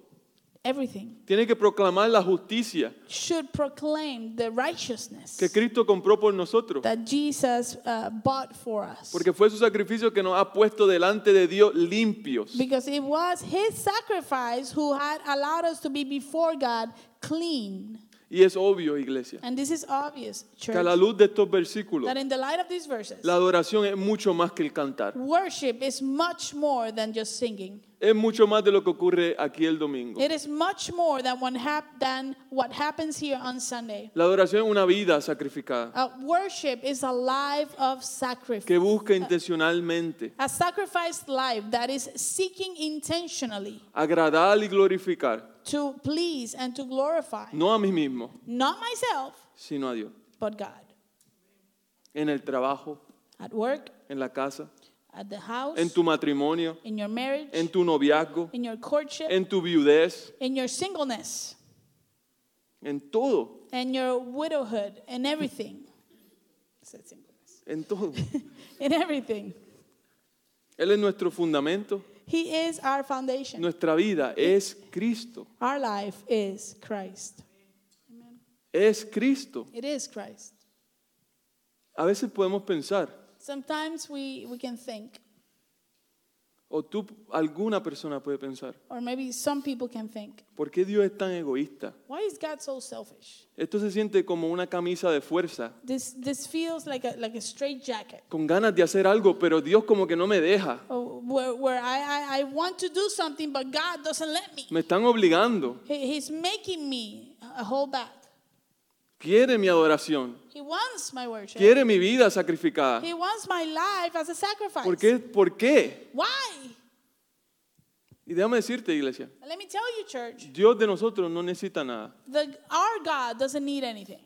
Everything
tiene que proclamar la justicia
should proclaim the righteousness
que Cristo compró por nosotros,
that Jesus uh, bought for us.
porque fue su sacrificio que nos ha puesto delante de Dios limpios.
because it was his sacrifice who had allowed us to be before God clean.
Y es obvio, iglesia,
And this is obvious,
que a la
church,
luz de estos versículos,
that in the light of these verses,
la adoración es mucho más que el cantar,
worship is much more than just singing.
es mucho más de lo que ocurre aquí el domingo.
It is much more than, one hap- than what happens here on Sunday.
La adoración es una vida sacrificada.
Uh, worship is a life of sacrifice.
que busca intencionalmente
A sacrificed life that is seeking intentionally
agradar y glorificar,
to please and to glorify
no a mí mismo,
not myself,
sino a Dios,
but God.
en el trabajo,
At work,
en la casa,
at the house,
en tu matrimonio,
in your marriage,
en tu noviazgo,
in your courtship,
en tu viudez,
in your singleness,
en todo,
in your widowhood, in everything. I said singleness.
en todo.
In everything.
Él es nuestro fundamento,
He is our foundation.
nuestra vida es Cristo,
Our life is Christ.
es Cristo.
It is Christ.
A veces podemos pensar,
Sometimes we, we can think,
o tú, alguna persona puede pensar,
or maybe some people can think,
¿por qué Dios es tan egoísta?
why is God so selfish?
Esto se siente como una camisa de fuerza,
This, this feels like a, like a straight jacket
con ganas de hacer algo, pero Dios como que no me deja.
oh, where, where I, I, I want to do something, but God doesn't let me.
Me están obligando.
He, he's making me a hold back.
Quiere mi adoración.
He wants my worship.
Quiere mi vida sacrificada.
He wants my life as a sacrifice.
¿Por qué? ¿Por qué?
Why?
Y déjame decirte, iglesia,
Let me tell you, church,
Dios de nosotros no necesita nada.
the, our God doesn't need anything.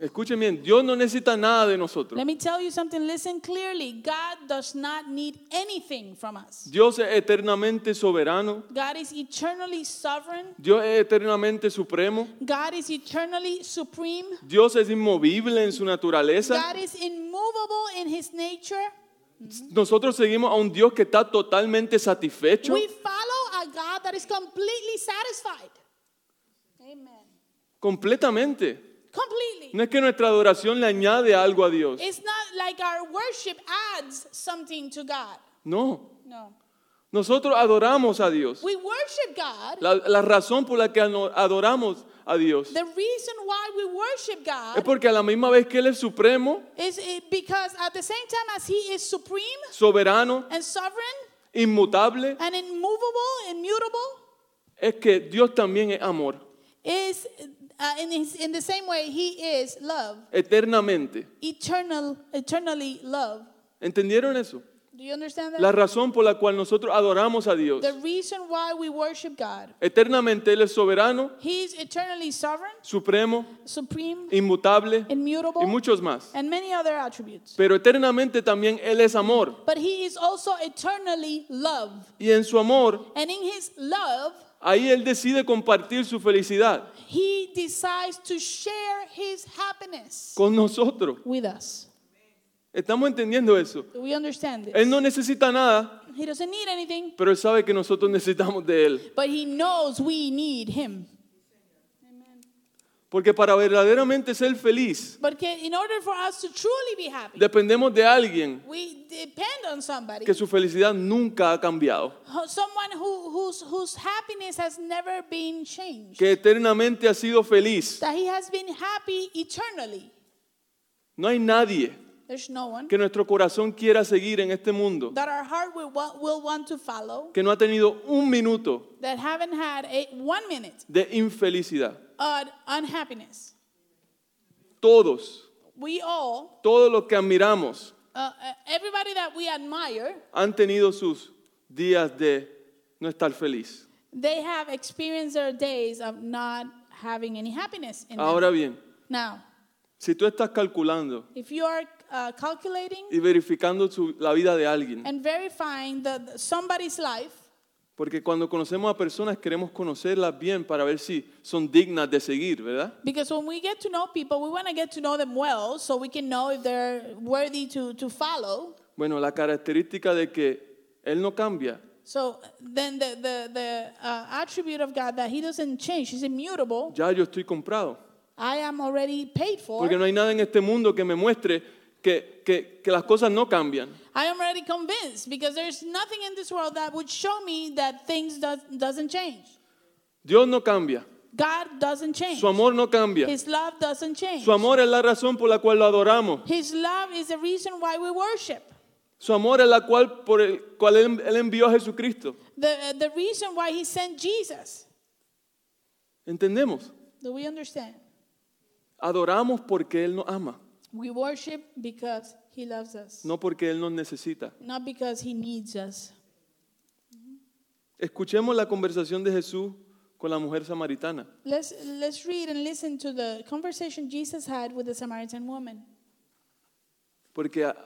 Escuchen bien, Dios no necesita nada de nosotros.
Let me tell you something. Listen clearly. God does not need anything from us.
Dios es eternamente soberano.
God is eternally sovereign.
Dios es eternamente supremo.
God is eternally supreme.
Dios es inmovible en su naturaleza.
God is immovable in his nature.
Nosotros seguimos a un Dios que está totalmente satisfecho.
We follow a God that is completely satisfied. Amen.
Completamente.
Completely.
No es que nuestra adoración le añade algo a Dios.
It's not like our worship adds something to God.
No.
No.
Nosotros adoramos a Dios.
We worship God.
La, la razón por la que ano- adoramos a Dios
The reason why we worship
es
God
porque a la misma vez que Él es supremo,
is it- because at the same time as He is supreme
soberano,
and sovereign
inmutable,
and immovable, immutable,
es que Dios también es amor,
is uh, in, his, in the same way He is love,
eternamente.
eternal, eternally love.
¿Entendieron eso?
Do you understand that?
La razón por la cual nosotros adoramos a Dios.
the reason why we worship God.
Eternamente Él es soberano,
He is eternally sovereign,
supremo,
supreme,
inmutable
immutable,
y muchos más.
and many other attributes.
Pero eternamente también Él es amor.
But He is also eternally love.
Y en su amor,
And in His love,
ahí Él decide compartir su felicidad
He decides to share His happiness
con nosotros.
with us.
¿Estamos entendiendo eso?
Do we understand this?
Él no necesita nada,
He doesn't need anything,
pero Él sabe que nosotros necesitamos de Él.
but He knows we need Him.
Porque para verdaderamente ser feliz,
But ca- in order for us to truly be happy,
dependemos de alguien
we depend on somebody,
que su felicidad nunca ha cambiado,
ho- someone who, whose, whose happiness has never been changed,
que eternamente ha sido feliz.
that He has been happy eternally.
No hay nadie
There's no one
que nuestro corazón quiera seguir en este mundo
that our heart will, wa- will want to follow
que no ha tenido un minuto
that haven't had a, one minute
de infelicidad.
of unhappiness.
Todos,
We all
todos los que admiramos
uh, uh, everybody that we admire,
han tenido sus días de no estar feliz.
they have experienced their days of not having any happiness in them.
Ahora bien,
Now,
si tú estás calculando
if you are uh, calculating
y verificando su- la vida de alguien,
and verifying the, the- somebody's life,
Porque cuando conocemos a personas queremos conocerlas bien para ver si son dignas de seguir, ¿verdad?
because when we get to know people, we want to get to know them well so we can know if they're worthy to, to follow.
Bueno, la característica de que Él no cambia
So then the, the, the uh, attribute of God that He doesn't change, He's immutable.
ya yo estoy comprado.
I am already paid for.
Porque no hay nada en este mundo que me muestre que, que- que las cosas no cambian.
I am already convinced because there's nothing in this world that would show me that things does, doesn't change.
Dios no cambia.
God doesn't change.
Su amor no cambia.
His love doesn't change.
Su amor es la razón por la cual lo adoramos.
His love is the reason why we worship.
Su amor es la cual por el cual Él, Él envió a Jesucristo.
The, uh, the reason why he sent Jesus.
¿Entendemos?
Do we understand?
Adoramos porque Él nos ama,
We worship because he loves us,
no porque Él nos necesita.
not because he needs us.
Escuchemos la conversación de Jesús con la mujer samaritana.
Let's, let's read and listen to the conversation Jesus had with the Samaritan woman
Porque a-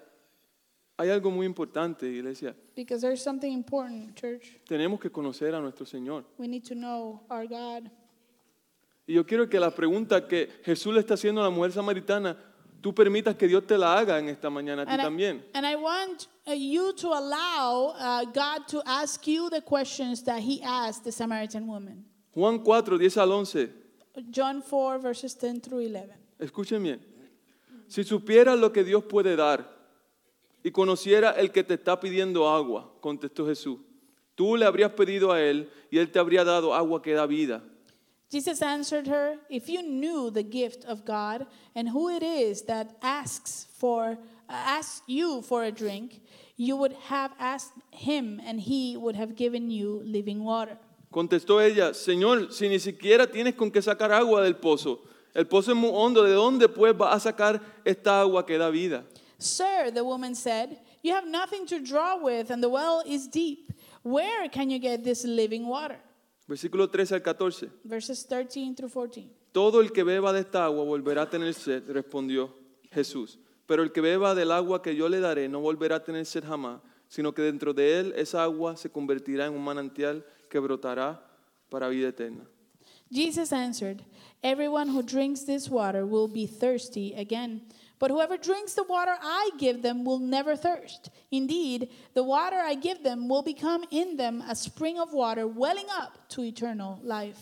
hay algo muy importante, iglesia.
because there's something important, church.
Tenemos que conocer a nuestro Señor.
We need to know our God.
Y yo quiero que la pregunta que Jesús le está haciendo a la mujer samaritana, tú permitas que Dios te la haga en esta mañana a ti
And I,
también.
and I want uh, you to allow uh, God to ask you the questions that He asked the Samaritan woman.
Juan 4, 10 al 11.
John 4, verses 10 through 11.
Escuchen bien. Si supieras lo que Dios puede dar y conociera el que te está pidiendo agua, contestó Jesús, tú le habrías pedido a él y él te habría dado agua que da vida.
Jesus answered her, If you knew the gift of God and who it is that asks for asks you for a drink, you would have asked him and he would have given you living water.
Contestó ella, Señor, si ni siquiera tienes con qué sacar agua del pozo, el pozo es muy hondo, ¿de dónde pues vas a sacar esta agua que da vida?
Sir, the woman said, You have nothing to draw with and the well is deep. Where can you get this living water?
Versículo 13 al 14.
Verses 13 through 14.
Todo el que beba de esta agua volverá a tener sed, respondió Jesús. Pero el que beba del agua que yo le daré no volverá a tener sed jamás, sino que dentro de él esa agua se convertirá en un manantial que brotará para vida eterna.
Jesus answered, Everyone who drinks this water will be thirsty again. But whoever drinks the water I give them will never thirst. Indeed, the water I give them will become in them a spring of water welling up to eternal life.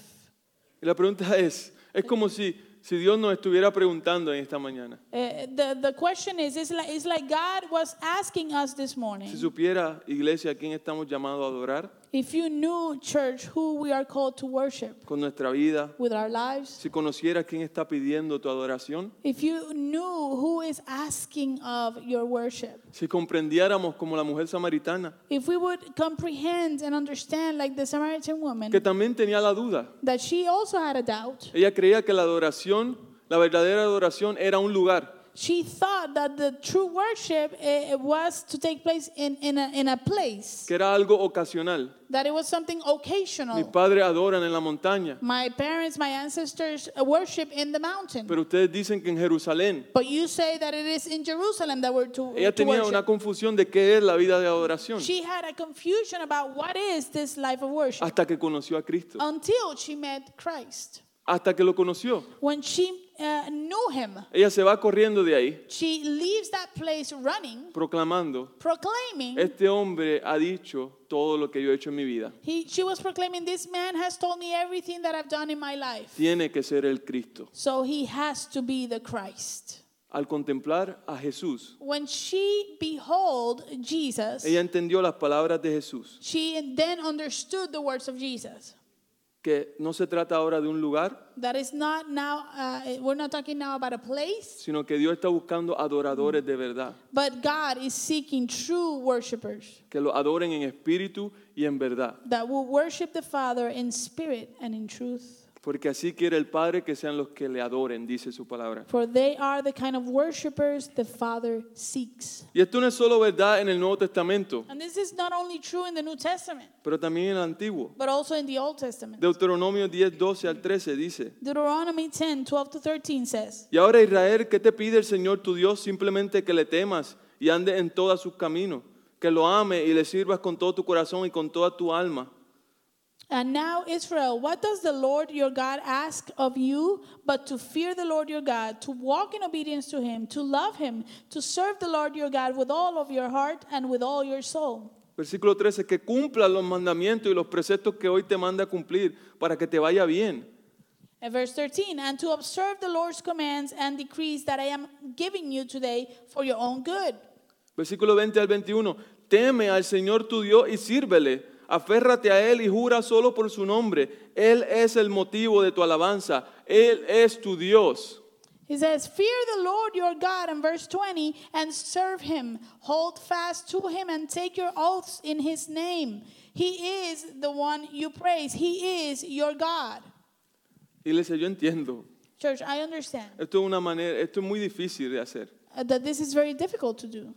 Y la pregunta es, es como si, si Dios nos estuviera preguntando en esta mañana,
Eh, the, the question is it's like, it's like God was asking us this
si
morning
supiera, iglesia, a quién estamos llamados a adorar
if you knew, church, who we are called to worship
con nuestra vida,
with our lives,
si conociera quién está pidiendo tu adoración,
if you knew who is asking of your worship,
si comprendiéramos como la mujer samaritana,
if we would comprehend and understand, like the Samaritan woman,
que también tenía la duda.
that she also had a doubt.
Ella creía que la adoración, la verdadera adoración era un lugar,
She thought that the true worship eh, was to take place in, in, a, in a place,
que era algo ocasional.
that it was something
Mis
occasional.
padres adoran en la montaña,
My parents, my ancestors uh, worship in the mountain.
pero ustedes dicen que en Jerusalén.
But you say that it is in Jerusalem that we're to,
Ella
to
tenía
worship.
una confusión de qué es la vida de adoración
She had a confusion about what is this life of worship
hasta que conoció a Cristo,
Ah. until she met Christ.
hasta que lo conoció.
When she uh, knew him,
Ella se va corriendo de ahí,
she leaves that place running,
proclamando,
proclaiming.
este hombre ha dicho todo lo que yo he hecho en mi vida.
he, she was proclaiming, This man has told me everything that I've done in my life.
Tiene que ser el Cristo.
So he has to be the Christ.
Al contemplar a Jesús,
When she behold Jesus,
ella entendió las palabras de Jesús,
she then understood the words of Jesus.
que no se trata ahora de un lugar,
That is not now, uh, we're not talking now about a place,
sino que Dios está buscando adoradores de verdad,
but God is seeking true worshipers
que lo adoren en espíritu y en verdad,
that will worship the Father in spirit and in truth.
porque así quiere el Padre que sean los que le adoren, dice su palabra.
For they are the kind of worshipers the Father seeks.
Y esto no es solo verdad en el Nuevo Testamento,
And this is not only true in the New Testament,
pero también en el Antiguo.
but also in the Old Testament.
Deuteronomio 10, 12 al 13 dice,
Deuteronomy 10 12 to 13 says,
y ahora Israel, ¿qué te pide el Señor tu Dios? Simplemente que le temas y andes en todos sus caminos, que lo ames y le sirvas con todo tu corazón y con toda tu alma.
And now, Israel, what does the Lord your God ask of you but to fear the Lord your God, to walk in obedience to him, to love him, to serve the Lord your God with all of your heart and with all your soul?
Versículo 13, que cumplas los mandamientos y los preceptos que hoy te manda cumplir para que te vaya bien.
And verse 13, and to observe the Lord's commands and decrees that I am giving you today for your own good.
Versículo 20 al 21. Teme al Señor tu Dios y sírvele. Aférrate a Él y jura solo por su nombre. Él es el motivo de tu alabanza. Él es tu Dios.
He says, Fear the Lord your God, in verse 20, and serve him. Hold fast to him and take your oaths in his name. He is the one you praise, he is your God.
Iglesia, yo entiendo.
Church, I understand
Esto es una manera, esto es muy difícil de hacer.
uh, that this is very difficult to do,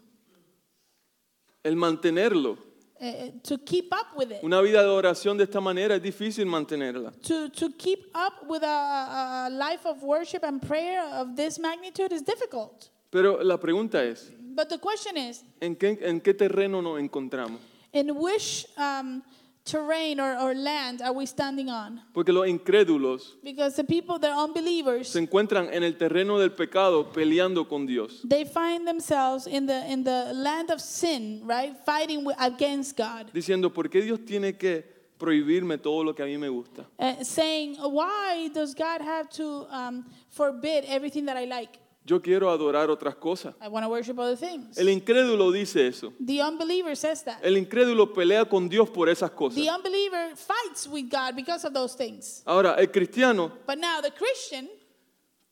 El mantenerlo.
uh, uh, to keep up with it,
Una vida de oración de esta manera es difícil mantenerla.
to, to keep up with a, a a life of worship and prayer of this magnitude is difficult.
Pero la pregunta es,
But the question is,
¿en qué, en qué terreno nos encontramos?
in which um, terrain or, or land are we standing on?
Porque los incrédulos
Because the people, they're unbelievers.
se encuentran en el terreno del pecado peleando con Dios.
They find themselves in the in the land of sin, right? Fighting wi- against God,
diciendo, ¿por qué Dios tiene que prohibirme todo lo que a mí me gusta?
uh, saying, "Why does God have to um, forbid everything that I like?"
Yo quiero adorar otras cosas.
I want to worship other things.
El incrédulo dice eso.
The unbeliever says that.
El incrédulo pelea con Dios por esas
The
cosas.
unbeliever fights with God because of those things.
Ahora, el cristiano
But now the Christian,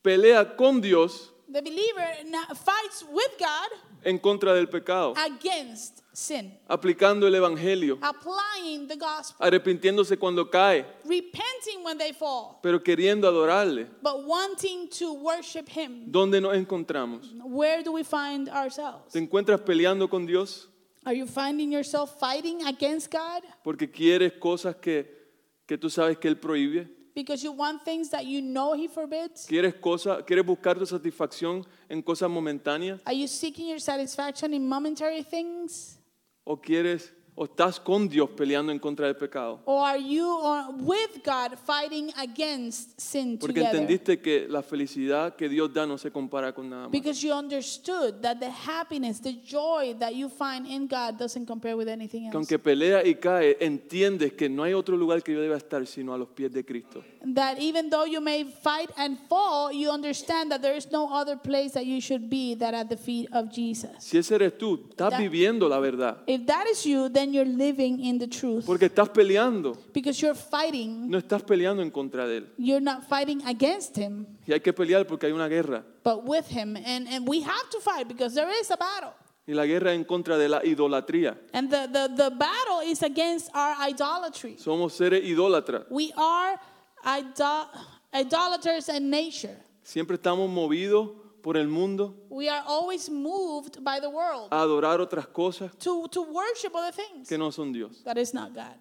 pelea con Dios
the believer, now fights with God
en contra del pecado,
against sin,
aplicando el evangelio,
applying the gospel,
arrepintiéndose cuando cae,
repenting when they fall,
pero queriendo adorarle.
but wanting to worship Him.
¿Dónde nos encontramos?
Where do we find ourselves?
¿Te encuentras peleando con Dios
Are you finding yourself fighting against God
porque quieres cosas que, que tú sabes que Él prohíbe?
because you want things that you know He forbids?
¿Quieres, cosas, ¿Quieres buscar tu satisfacción en cosas momentáneas?
Are you seeking your satisfaction in momentary things?
¿O quieres o estás con Dios peleando en contra del pecado?
Or are you uh, with God fighting against sin
Porque
together?
entendiste que la felicidad que Dios da no se compara con nada más.
Because you understood that the happiness, the joy that you find in God doesn't compare with anything
Que
else.
aunque pelea y cae, entiendes que no hay otro lugar que yo deba estar sino a los pies de Cristo.
That even though you may fight and fall, you understand that there is no other place that you should be than at the feet of Jesus.
Si ese eres tú, estás
Da-
viviendo la verdad.
If that is you, then you're living in the truth.
Porque estás peleando,
Because you're fighting,
no estás peleando en contra de Él.
you're not fighting against Him,
Y hay que pelear porque hay una guerra.
but with Him. And, and we have to fight because there is a battle.
Y la guerra es en contra de la idolatría.
And the, the, the battle is against our idolatry.
Somos seres idólatras.
We are idol- idolaters in nature.
Siempre estamos movidos por el mundo
We are always moved by the world
a adorar otras cosas
to, to worship other things
que no son Dios.
that is not God.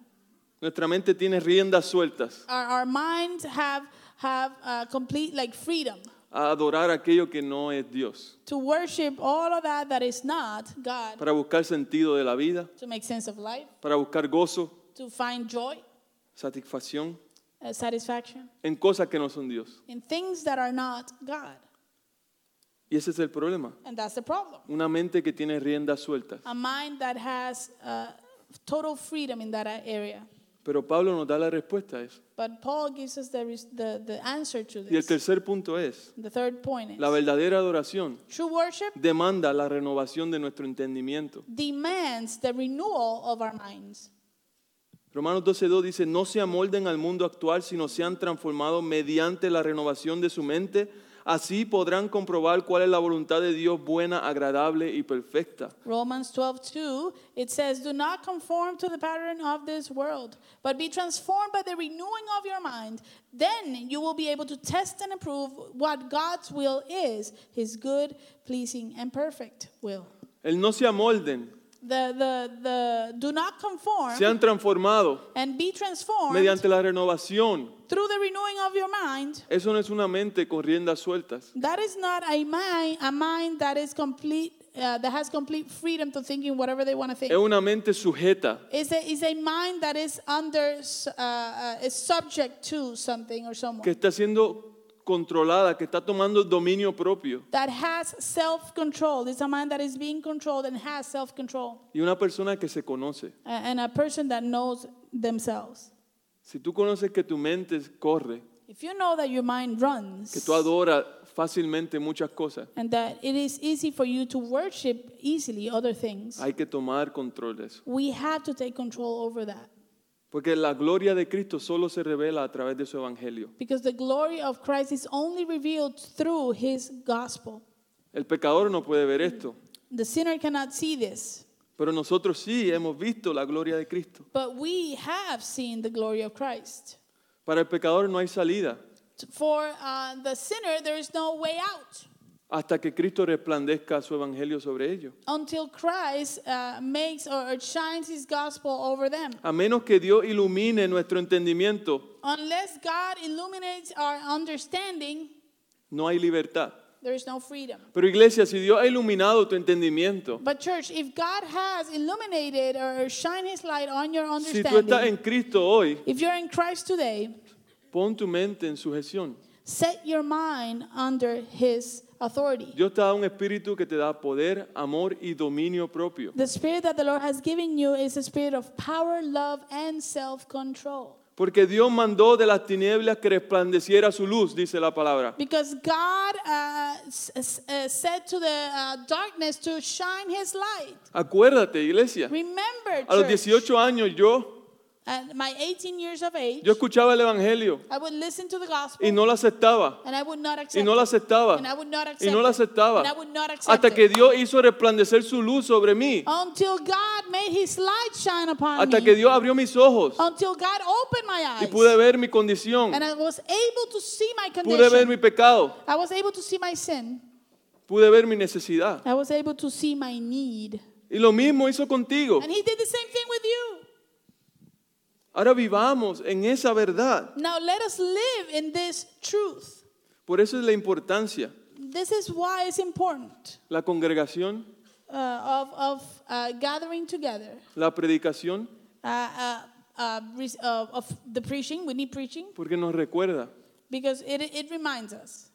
Nuestra mente tiene riendas sueltas
Our, our minds have, have uh, complete like freedom
a adorar aquello que no es Dios,
to worship all of that that is not God,
para buscar sentido de la vida,
to make sense of life,
para buscar gozo,
to find joy,
satisfacción
uh, satisfaction
en cosas que no son Dios.
in things that are not God.
Y ese es el problema.
And that's the problem.
Una mente que tiene riendas sueltas.
A mind that has uh, total freedom in that area.
Pero Pablo nos da la respuesta a eso.
But Paul gives us the, res- the, the answer to
Y el
this.
tercer punto es,
the third point is
la verdadera adoración
true worship
demanda la renovación de nuestro entendimiento.
demands the renewal of our minds.
Romanos 12.2 dice, no se amolden al mundo actual, sino sean transformados mediante la renovación de su mente. Así podrán comprobar cuál es la voluntad de Dios buena, agradable y perfecta.
Romans 12, 2, it says, Do not conform to the pattern of this world, but be transformed by the renewing of your mind. Then you will be able to test and approve what God's will is, his good, pleasing, and perfect will.
El no se amolden,
The, the, the, do not conform
sean transformados
and be transformed
mediante la renovación.
through the renewing of your mind.
Eso no es una mente con riendas sueltas.
That is not a mind, a mind that is complete, uh, that has complete freedom to thinking whatever they want to think.
Es una mente sujeta,
It's a, it's a mind that is under, s- uh, uh, is subject to something or someone.
que está siendo controlada, que está tomando dominio propio.
That has self control. It's a mind that is being controlled and has self control.
Y una persona que se conoce.
And a person that knows themselves.
Si tú conoces que tu mente corre,
If you know that your mind runs
que tú adoras fácilmente muchas cosas,
and that it is easy for you to worship easily other things,
hay que tomar control de eso.
we have to take control over that.
Porque la gloria de Cristo solo se revela a través de su evangelio.
Because the glory of Christ is only revealed through his gospel.
El pecador no puede ver esto,
The sinner cannot see this,
pero nosotros sí hemos visto la gloria de Cristo.
but we have seen the glory of Christ.
Para el pecador no hay salida
For uh, the sinner, there is no way out
hasta que Cristo resplandezca su evangelio sobre ellos.
until Christ uh, makes or, or shines his gospel over them.
A menos que Dios ilumine nuestro entendimiento,
Unless God illuminates our understanding,
no hay libertad.
there is no freedom.
Pero iglesia, si Dios ha iluminado tu entendimiento,
But church, if God has illuminated or shine his light on your
si tú estás
understanding,
en Cristo hoy,
if you're in Christ today,
pon tu mente en sujeción.
Set your mind under his authority.
Dios te da un espíritu que te da poder, amor y dominio propio.
The spirit that the Lord has given you is a spirit of power, love, and self control.
Porque Dios mandó de las tinieblas que resplandeciera su luz, dice la palabra.
Because God uh, s- s- uh, said to the uh, darkness to shine his light.
Acuérdate, iglesia.
Remember,
A los
church,
18 años yo,
at my 18 years of age,
yo escuchaba el Evangelio
I would listen to the gospel
y no lo aceptaba.
and I would not accept
Y no lo
it.
aceptaba.
And I would not
Y
accept
no lo
it.
aceptaba.
And I would not accept
Hasta
it.
que Dios hizo resplandecer su luz sobre mí.
Until God made his light shine upon
Hasta
me.
que Dios abrió mis ojos
Until God opened my
y
eyes.
pude ver mi condición.
And I was able to see my
Pude ver
condition.
mi pecado.
I was able to see my sin.
Pude ver mi necesidad.
I was able to see my need.
Y lo mismo hizo contigo.
And he did the same thing with you.
Ahora vivamos en esa verdad.
Now let us live in this truth.
Por eso es la importancia.
This is why it's important
La congregación,
uh, of, of uh, gathering together,
la predicación,
uh, uh, uh, re- uh, of the preaching. We need preaching
porque nos recuerda.
because it, it reminds us.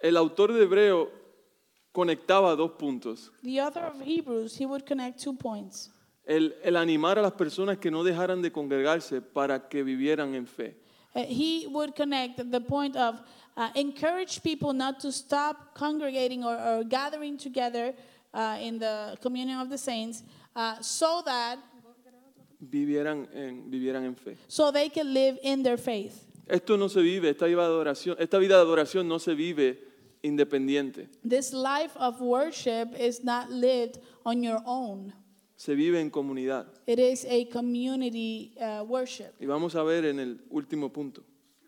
El autor de Hebreo conectaba dos puntos.
The author of Hebrews, he would connect two points.
El, el animar a las personas que no dejaran de congregarse para que vivieran en fe.
Uh, he would connect the point of uh, encourage people not to stop congregating or, or gathering together uh, in the communion of the saints uh, so that
Vivieran en, vivieran en fe.
so they can live in their faith
Esto no se vive, esta vida de adoración, esta vida de adoración no se vive independiente.
this life of worship is not lived on your own
Se vive en comunidad.
it is a community uh, worship
Y vamos a ver en el último punto.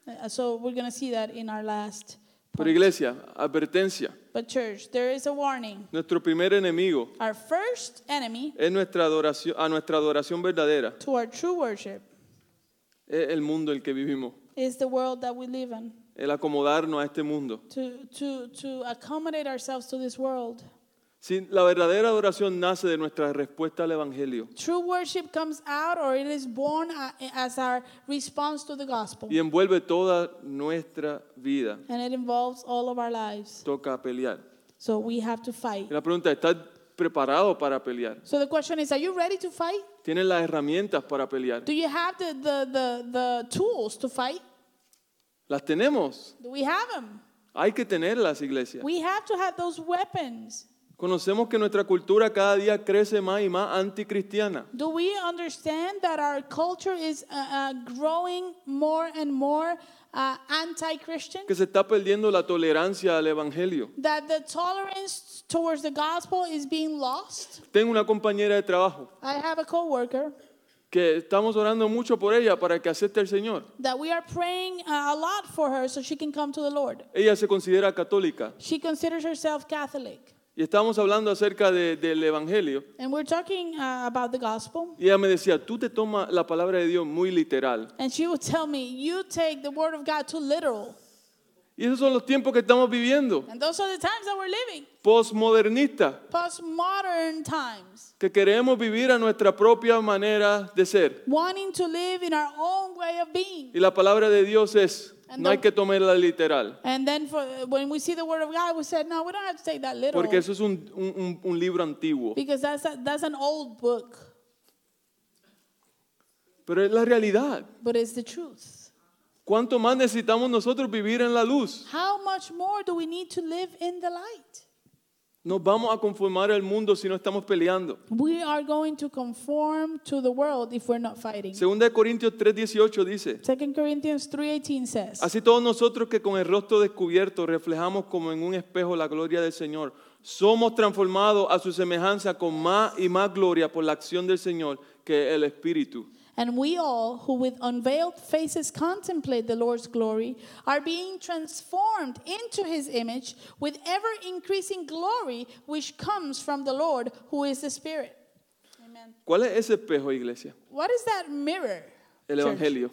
Uh, so we're going to see that in our last
Pero
point.
iglesia, advertencia.
but church there is a warning
Nuestro primer enemigo
our first enemy
es nuestra adoración, a nuestra adoración verdadera,
to our true worship
es el mundo en el que vivimos,
is the world that we live in
el acomodarnos a este mundo.
to, to, to accommodate ourselves to this world.
Si la verdadera adoración nace de nuestra respuesta al Evangelio
True worship comes out or it is born a- as our response to the gospel.
y envuelve toda nuestra vida,
And it involves all of our lives.
toca pelear.
So we have to fight.
Y la pregunta, ¿estás preparado para pelear?
So the question is, are you ready to fight?
¿Tienes las herramientas para pelear?
Do you have the, the, the, the tools to fight?
Las tenemos,
Do we have them?
hay que tenerlas, iglesia.
We have to have those weapons.
Conocemos que nuestra cultura cada día crece más y más anticristiana.
Do we understand that our culture is uh, uh, growing more and more uh, anti-Christian?
que se está perdiendo la tolerancia al evangelio.
that the tolerance towards the gospel is being lost.
Tengo una compañera de trabajo
I have a coworker
que estamos orando mucho por ella para que acepte al Señor.
that we are praying uh, a lot for her so she can come to the Lord.
Ella se considera católica
She considers herself Catholic,
y estamos hablando acerca de- del evangelio
and we're talking uh, about the gospel.
y ella me decía, "Tú te tomas la palabra de Dios muy literal."
And she would tell me, "You take the word of God too literal."
Y esos son los tiempos que estamos viviendo,
And those are the times that we're living,
postmodernistas,
postmodern times,
que queremos vivir a nuestra propia manera de ser.
wanting to live in our own way of being.
Y la palabra de Dios es,
And
no hay
the-
que tomarla literal,
And then for, when we see the word of God, we said, "No, we don't have to take that literal."
porque eso es un, un- un- un libro antiguo.
Because that's a, that's an old book,
Pero es la realidad.
but it's the truth.
¿Cuánto más necesitamos nosotros vivir en la luz?
How much more do we need to live in the light?
Nos vamos a conformar al mundo si no estamos peleando.
We are going to conform to the world if we're not fighting.
Segunda de Corintios 3:18 dice,
2 Corinthians 3:18 says,
así todos nosotros que con el rostro descubierto reflejamos como en un espejo la gloria del Señor, somos transformados a su semejanza con más y más gloria por la acción del Señor que el Espíritu.
"And we all who with unveiled faces contemplate the Lord's glory are being transformed into his image with ever increasing glory which comes from the Lord who is the Spirit." Amen.
¿Cuál es ese espejo, iglesia?
What is that mirror?
El
church?
Evangelio.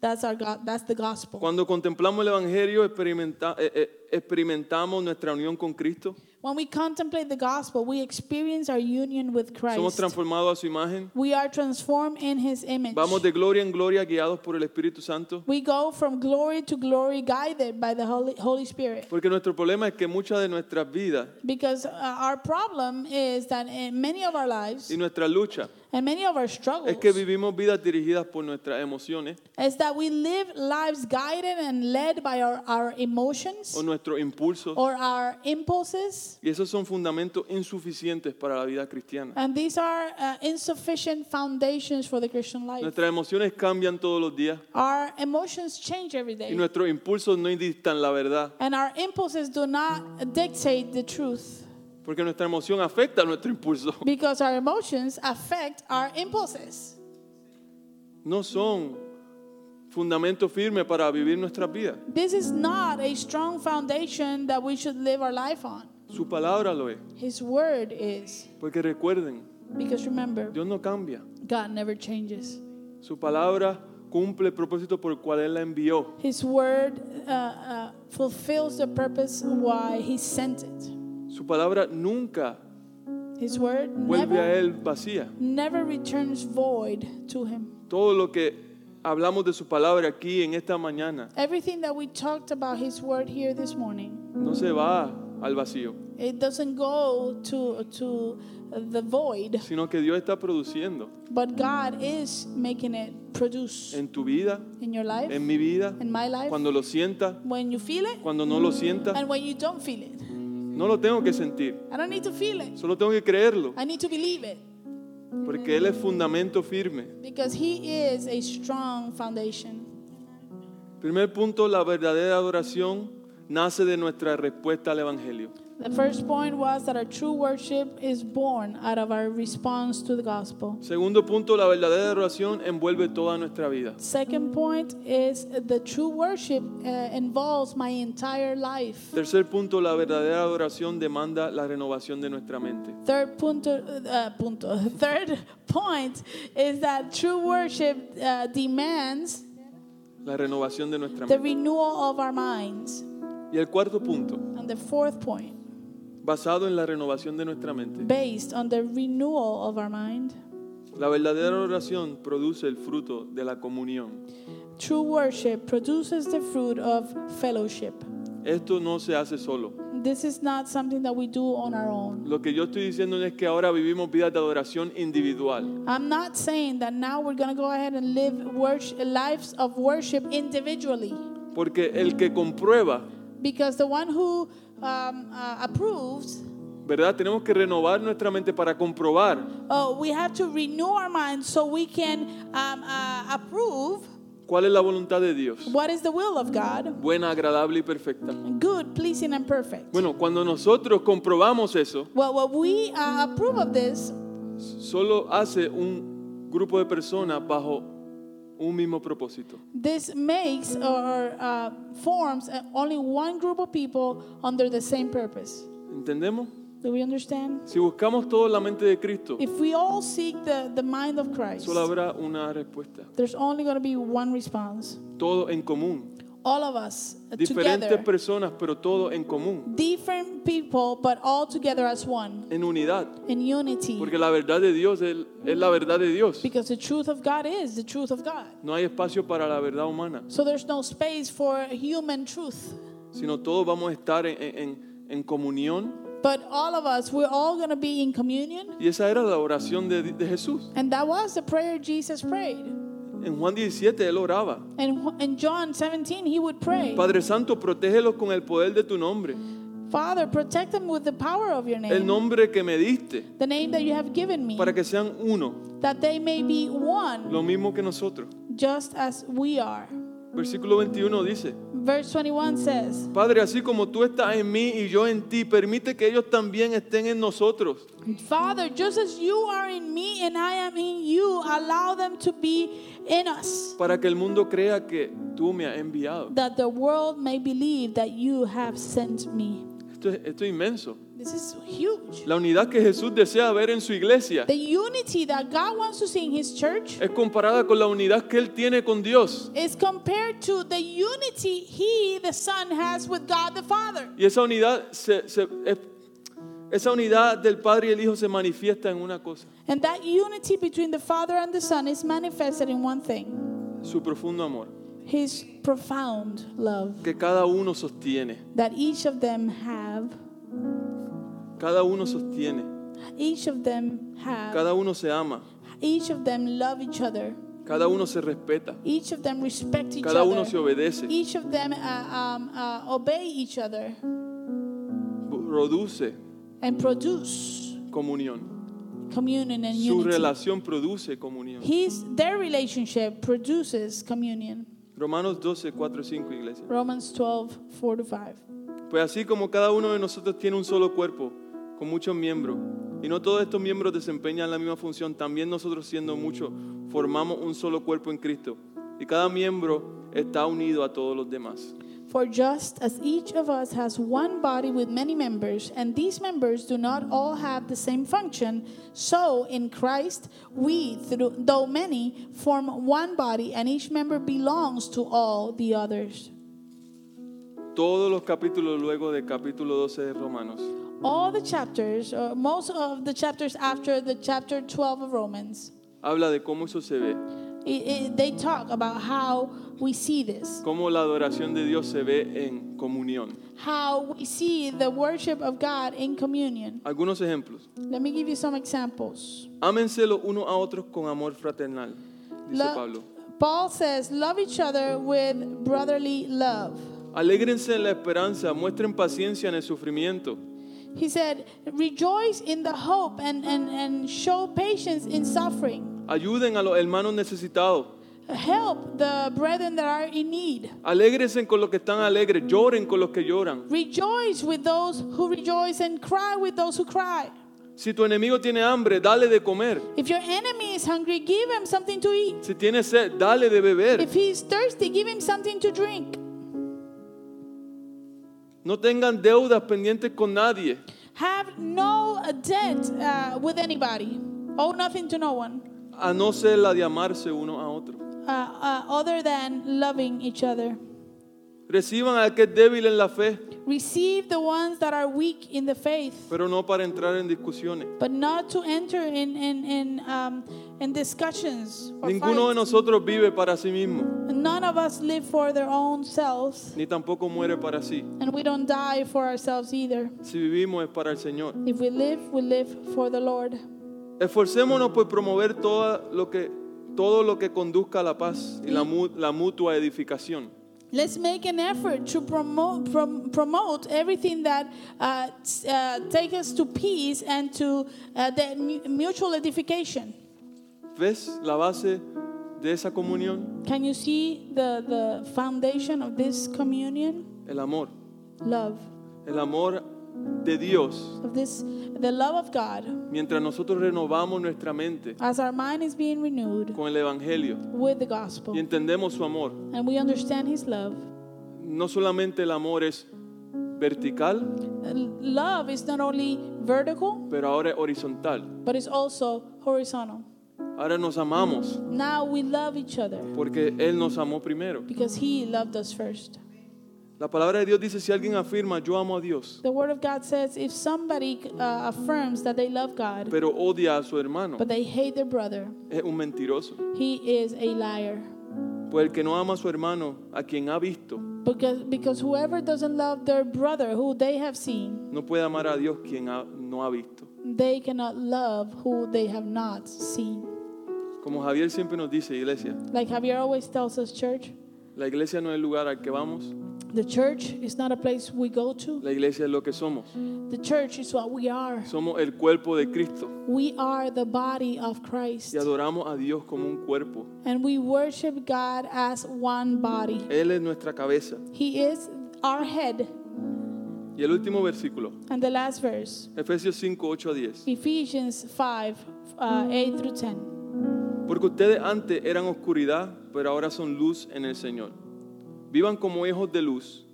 That's our God, that's the gospel.
Cuando contemplamos el Evangelio, experimenta- eh, eh, experimentamos nuestra unión con Cristo.
When we contemplate the gospel, we experience our union with
Somos
Christ.
transformados a su imagen.
We are transformed in his image.
Vamos de gloria en gloria guiados por el Espíritu Santo.
We go from glory to glory guided by the Holy, Holy Spirit.
Porque nuestro problema es que muchas de nuestras vidas
Because uh, our problem is that in many of our lives
y nuestra lucha
and many of our
es que
struggles
vivimos vidas dirigidas por nuestras emociones
is that we live lives guided and led by our, our emotions
o nuestros impulsos.
or our impulses.
Y esos son fundamentos insuficientes para la vida cristiana.
And these are uh, insufficient foundations for the Christian life.
Nuestras emociones cambian todos los días
Our emotions change every
y
day,
nuestros impulsos no dictan la verdad.
and our impulses do not dictate the truth
Porque nuestra emoción afecta a nuestro impulso.
because our emotions affect our impulses.
No son fundamentos firmes para vivir nuestras vidas.
This is not a strong foundation that we should live our life on.
Su palabra lo es.
His word is.
Porque recuerden,
Because remember,
Dios no cambia.
God never changes.
Su palabra cumple el propósito por el cual Él la envió.
His word uh, uh, fulfills the purpose why He sent it.
Su palabra nunca
His word
vuelve
never,
a Él vacía.
never returns void to Him.
Todo lo que hablamos de su palabra aquí en esta mañana
Everything that we talked about His word here this morning,
no se va al vacío,
it doesn't go to, to the void,
sino que Dios está produciendo
but God is making it produce
en tu vida,
in your life,
en mi vida,
in my life,
cuando lo sienta,
when you feel it
cuando no lo sienta.
and when you don't feel it.
No lo tengo que sentir,
I don't need to feel it.
solo tengo que creerlo,
I need to believe it
porque Él es fundamento firme.
because He is a strong foundation.
Primer punto, la verdadera adoración nace de nuestra respuesta al Evangelio.
The first point was that our true worship is born out of our response to the gospel.
Segundo punto, la verdadera adoración envuelve toda nuestra vida.
Second point is the true worship uh, involves my entire life.
Tercer punto, la verdadera adoración demanda la renovación de nuestra mente.
Third punto, uh, punto. Third point is that true worship uh, demands
La renovación de nuestra
the
mente.
renewal of our minds.
Y el cuarto punto,
And the fourth point,
basado en la renovación de nuestra mente.
based on the renewal of our mind,
La verdadera adoración produce el fruto de la comunión.
True worship produces the fruit of fellowship.
Esto no se hace solo.
This is not something that we do on our own.
Lo que yo estoy diciendo es que ahora vivimos vidas de adoración individual.
I'm not saying that now we're going to go ahead and live worship, lives of worship individually,
Porque el que comprueba,
because the one who um, uh, approves,
¿verdad? Tenemos que renovar nuestra mente para comprobar
oh, we have to renew our minds so we can um, uh, approve
cuál es la voluntad de Dios.
what is the will of God,
Buena, agradable y perfecta.
good, pleasing, and perfect.
Bueno, cuando nosotros comprobamos eso,
Well, what we uh, approve of this
solo hace un grupo de personas bajo un mismo propósito.
This makes or uh, forms uh, only one group of people under the same purpose.
¿Entendemos?
Do we understand?
Si buscamos toda la mente de Cristo,
If we all seek the, the mind of Christ,
solo habrá una respuesta.
there's only going to be one response.
Todo en común.
All of us uh,
Diferentes
together,
personas, pero todo en común,
different people, but all together as one
en unidad.
in unity.
Porque la verdad de Dios es, es la verdad de Dios.
Because the truth of God is the truth of God.
No hay espacio para la verdad humana,
So there's no space for human truth.
sino todos vamos a estar en, en- en comunión.
But all of us, we're all going to be in communion.
Y esa era la oración de, de Jesús.
And that was the prayer Jesus prayed.
En Juan 17 él oraba.
And wh- in John 17, he would pray,
Padre Santo, protégelos con el poder de tu nombre.
Father, protect them with the power of your
El
name,
nombre que me diste,
the name that you have given me,
para que sean uno,
that they may be one,
lo mismo que nosotros.
just as we are.
Versículo 21 dice,
Verse 21 says,
Padre, así como tú estás en mí y yo en ti, permite que ellos también estén en nosotros.
Father, just as you are in me and I am in you, allow them to be in us,
para que el mundo crea que tú me has enviado.
that the world may believe that you have sent me.
Esto es, esto es inmenso.
This is huge.
La unidad que Jesús desea ver en su iglesia
The unity that God wants to see in His church
es comparada con la unidad que Él tiene con Dios.
is compared to the unity he, the Son, has with God the Father.
Y esa unidad se, se- es, Esa unidad del Padre y el Hijo se manifiesta en una cosa,
And that unity between the Father and the Son is manifested in one thing
su profundo amor,
His profound love
que cada uno sostiene,
that each of them have.
cada uno sostiene,
Each of them have.
cada uno se ama,
Each of them love each other.
cada uno se respeta,
Each of them respect each
cada uno se
other.
obedece,
Each of them uh, um, uh, obey each other
produce
and produce
comunión.
communion and
Su
unity.
relación produce comunión.
His, their relationship produces communion.
Romanos 12, 4 y 5, iglesia.
Romans 12, 4 to 5.
Pues así como cada uno de nosotros tiene un solo cuerpo, con muchos miembros, y no todos estos miembros desempeñan la misma función, también nosotros siendo muchos formamos un solo cuerpo en Cristo, y cada miembro está unido a todos los demás.
For just as each of us has one body with many members, and these members do not all have the same function, so in Christ we, through, though many, form one body, and each member belongs to all the others.
Todos los capítulos luego del capítulo 12 de Romanos
All the chapters, or most of the chapters after the chapter 12 of Romans,
habla de cómo eso se ve,
it, it, they talk about how we see this,
cómo la adoración de Dios se ve en comunión.
how we see the worship of God in communion.
Algunos ejemplos.
Let me give you some examples.
Ámense los unos a otros con amor fraternal, dice
Lo-
Pablo.
Paul says, love each other with brotherly love.
Alégrense en la esperanza, muestren paciencia en el sufrimiento.
He said, rejoice in the hope and, and, and show patience in suffering.
Ayuden a los hermanos necesitados.
Help the brethren that are in need.
Alégresen con los que están alegres, lloren con los que lloran.
Rejoice with those who rejoice and cry with those who cry.
Si tu enemigo tiene hambre, dale de comer.
If your enemy is hungry, give him something to eat.
Si tiene sed, dale de beber.
If he is thirsty, give him something to drink.
No tengan deudas pendientes con nadie.
Have no debt uh, with anybody. Owe nothing to no one
A no ser la de amarse uno a otro.
uh, uh, other than loving each other.
Reciban al que es débil en la fe,
Receive the ones that are weak in the faith,
pero no para entrar en discusiones.
but not to enter in in in, um, in discussions. Or
Ninguno
fights.
de nosotros vive para sí mismo,
None of us live for their own selves,
ni tampoco muere para sí.
and we don't die for ourselves either.
Si vivimos es para el Señor.
If we live, we live for the Lord.
Esforcémonos por promover todo lo que, todo lo que conduzca a la paz y la, mu- la mutua edificación.
Let's make an effort to promote prom, promote everything that uh, s- uh, take us to peace and to uh, the mu- mutual edification.
¿Ves la base de esa comunión?
Can you see the the foundation of this communion?
El amor.
Love.
El amor de Dios.
of this the love of God
Mientras nosotros renovamos nuestra mente
as our mind is being renewed
con el Evangelio
with the
y
gospel
entendemos su amor.
and we understand his love
No solamente el amor es vertical,
L- love is not only vertical
pero ahora es horizontal.
but it's also horizontal
Ahora nos amamos
now we love each other
porque Él nos amó primero.
because he loved us first
La palabra de Dios dice, si alguien afirma, yo amo a Dios,
the word of god says if somebody uh, affirms that they love god
pero odia a su hermano,
but they hate their brother
es un mentiroso.
he is a liar
Pues el que no ama a su hermano, a quien ha visto,
because because whoever doesn't love their brother who they have seen
no puede amar a Dios quien ha- no ha visto.
they cannot love who they have not seen
Como Javier siempre nos dice, iglesia,
Like Javier always tells us, church,
la iglesia no es el lugar al que vamos,
the church is not a place we go to.
la iglesia es lo que somos.
The church is what we are.
Somos el cuerpo de Cristo
We are the body of Christ.
y adoramos a Dios como un cuerpo.
And we worship God as one body.
Él es nuestra cabeza.
He is our head.
Y el último versículo,
And the last verse,
Efesios 5, 8 a 10.
Ephesians 5 uh, 8 through 10.
Porque ustedes antes eran oscuridad, pero ahora son luz en el Señor. Vivan como hijos de luz.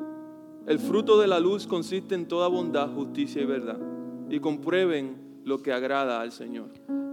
El fruto de la luz consiste en toda bondad, justicia y verdad. Y comprueben lo que agrada al Señor.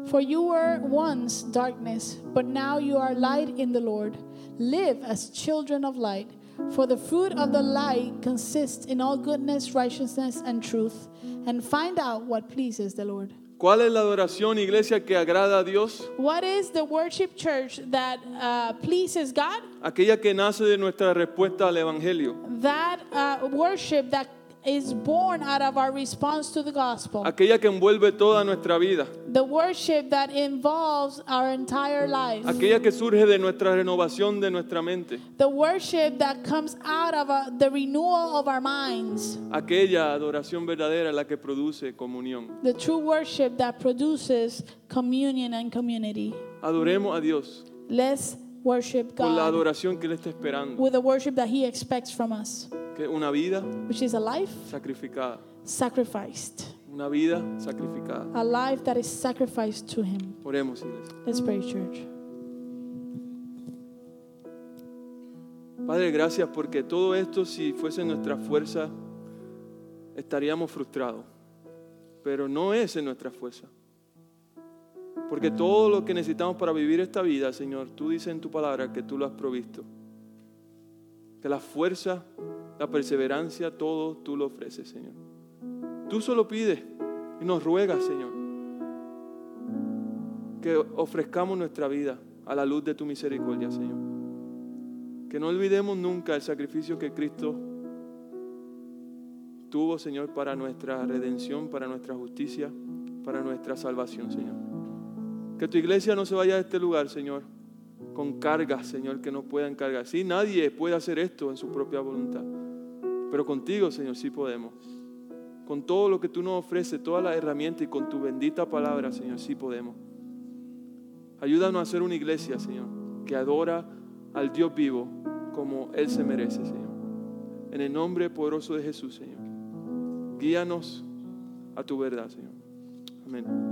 For you were once darkness, but now you are light in the Lord. Live as children of light. For the fruit of the light consists in all goodness, righteousness, and truth, and find out what pleases the Lord.
¿Cuál es la adoración, iglesia, que agrada a Dios?
What is the worship church that uh, pleases God?
Aquella que nace de nuestra respuesta al Evangelio.
That uh, worship that is born out of our response to the gospel.
Aquella que envuelve toda nuestra vida.
The worship that involves our entire life.
Aquella que surge de nuestra renovación de nuestra mente.
The worship that comes out of uh, the renewal of our minds.
Aquella adoración verdadera la que produce comunión.
The true worship that produces communion and community.
Adoremos a Dios
Let's worship
con la
God
adoración que Él está esperando,
with the worship that He expects from us,
que es una vida
which is a life
sacrificada.
sacrificed.
Una vida sacrificada.
A life that is sacrificed to Him.
Oremos, iglesia.
Let's pray, church.
Padre, gracias porque todo esto, si fuese nuestra fuerza, estaríamos frustrados. Pero no es en nuestra fuerza. Porque todo lo que necesitamos para vivir esta vida, Señor, tú dices en tu palabra que tú lo has provisto. Que la fuerza, la perseverancia, todo tú lo ofreces, Señor. Tú solo pides y nos ruegas, Señor, que ofrezcamos nuestra vida a la luz de tu misericordia, Señor. Que no olvidemos nunca el sacrificio que Cristo tuvo, Señor, para nuestra redención, para nuestra justicia, para nuestra salvación, Señor. Que tu iglesia no se vaya de este lugar, Señor, con cargas, Señor, que no puedan cargar. Sí, nadie puede hacer esto en su propia voluntad. Pero contigo, Señor, sí podemos. Con todo lo que tú nos ofreces, todas las herramientas y con tu bendita palabra, Señor, sí podemos. Ayúdanos a ser una iglesia, Señor, que adora al Dios vivo como Él se merece, Señor. En el nombre poderoso de Jesús, Señor. Guíanos a tu verdad, Señor. Amén.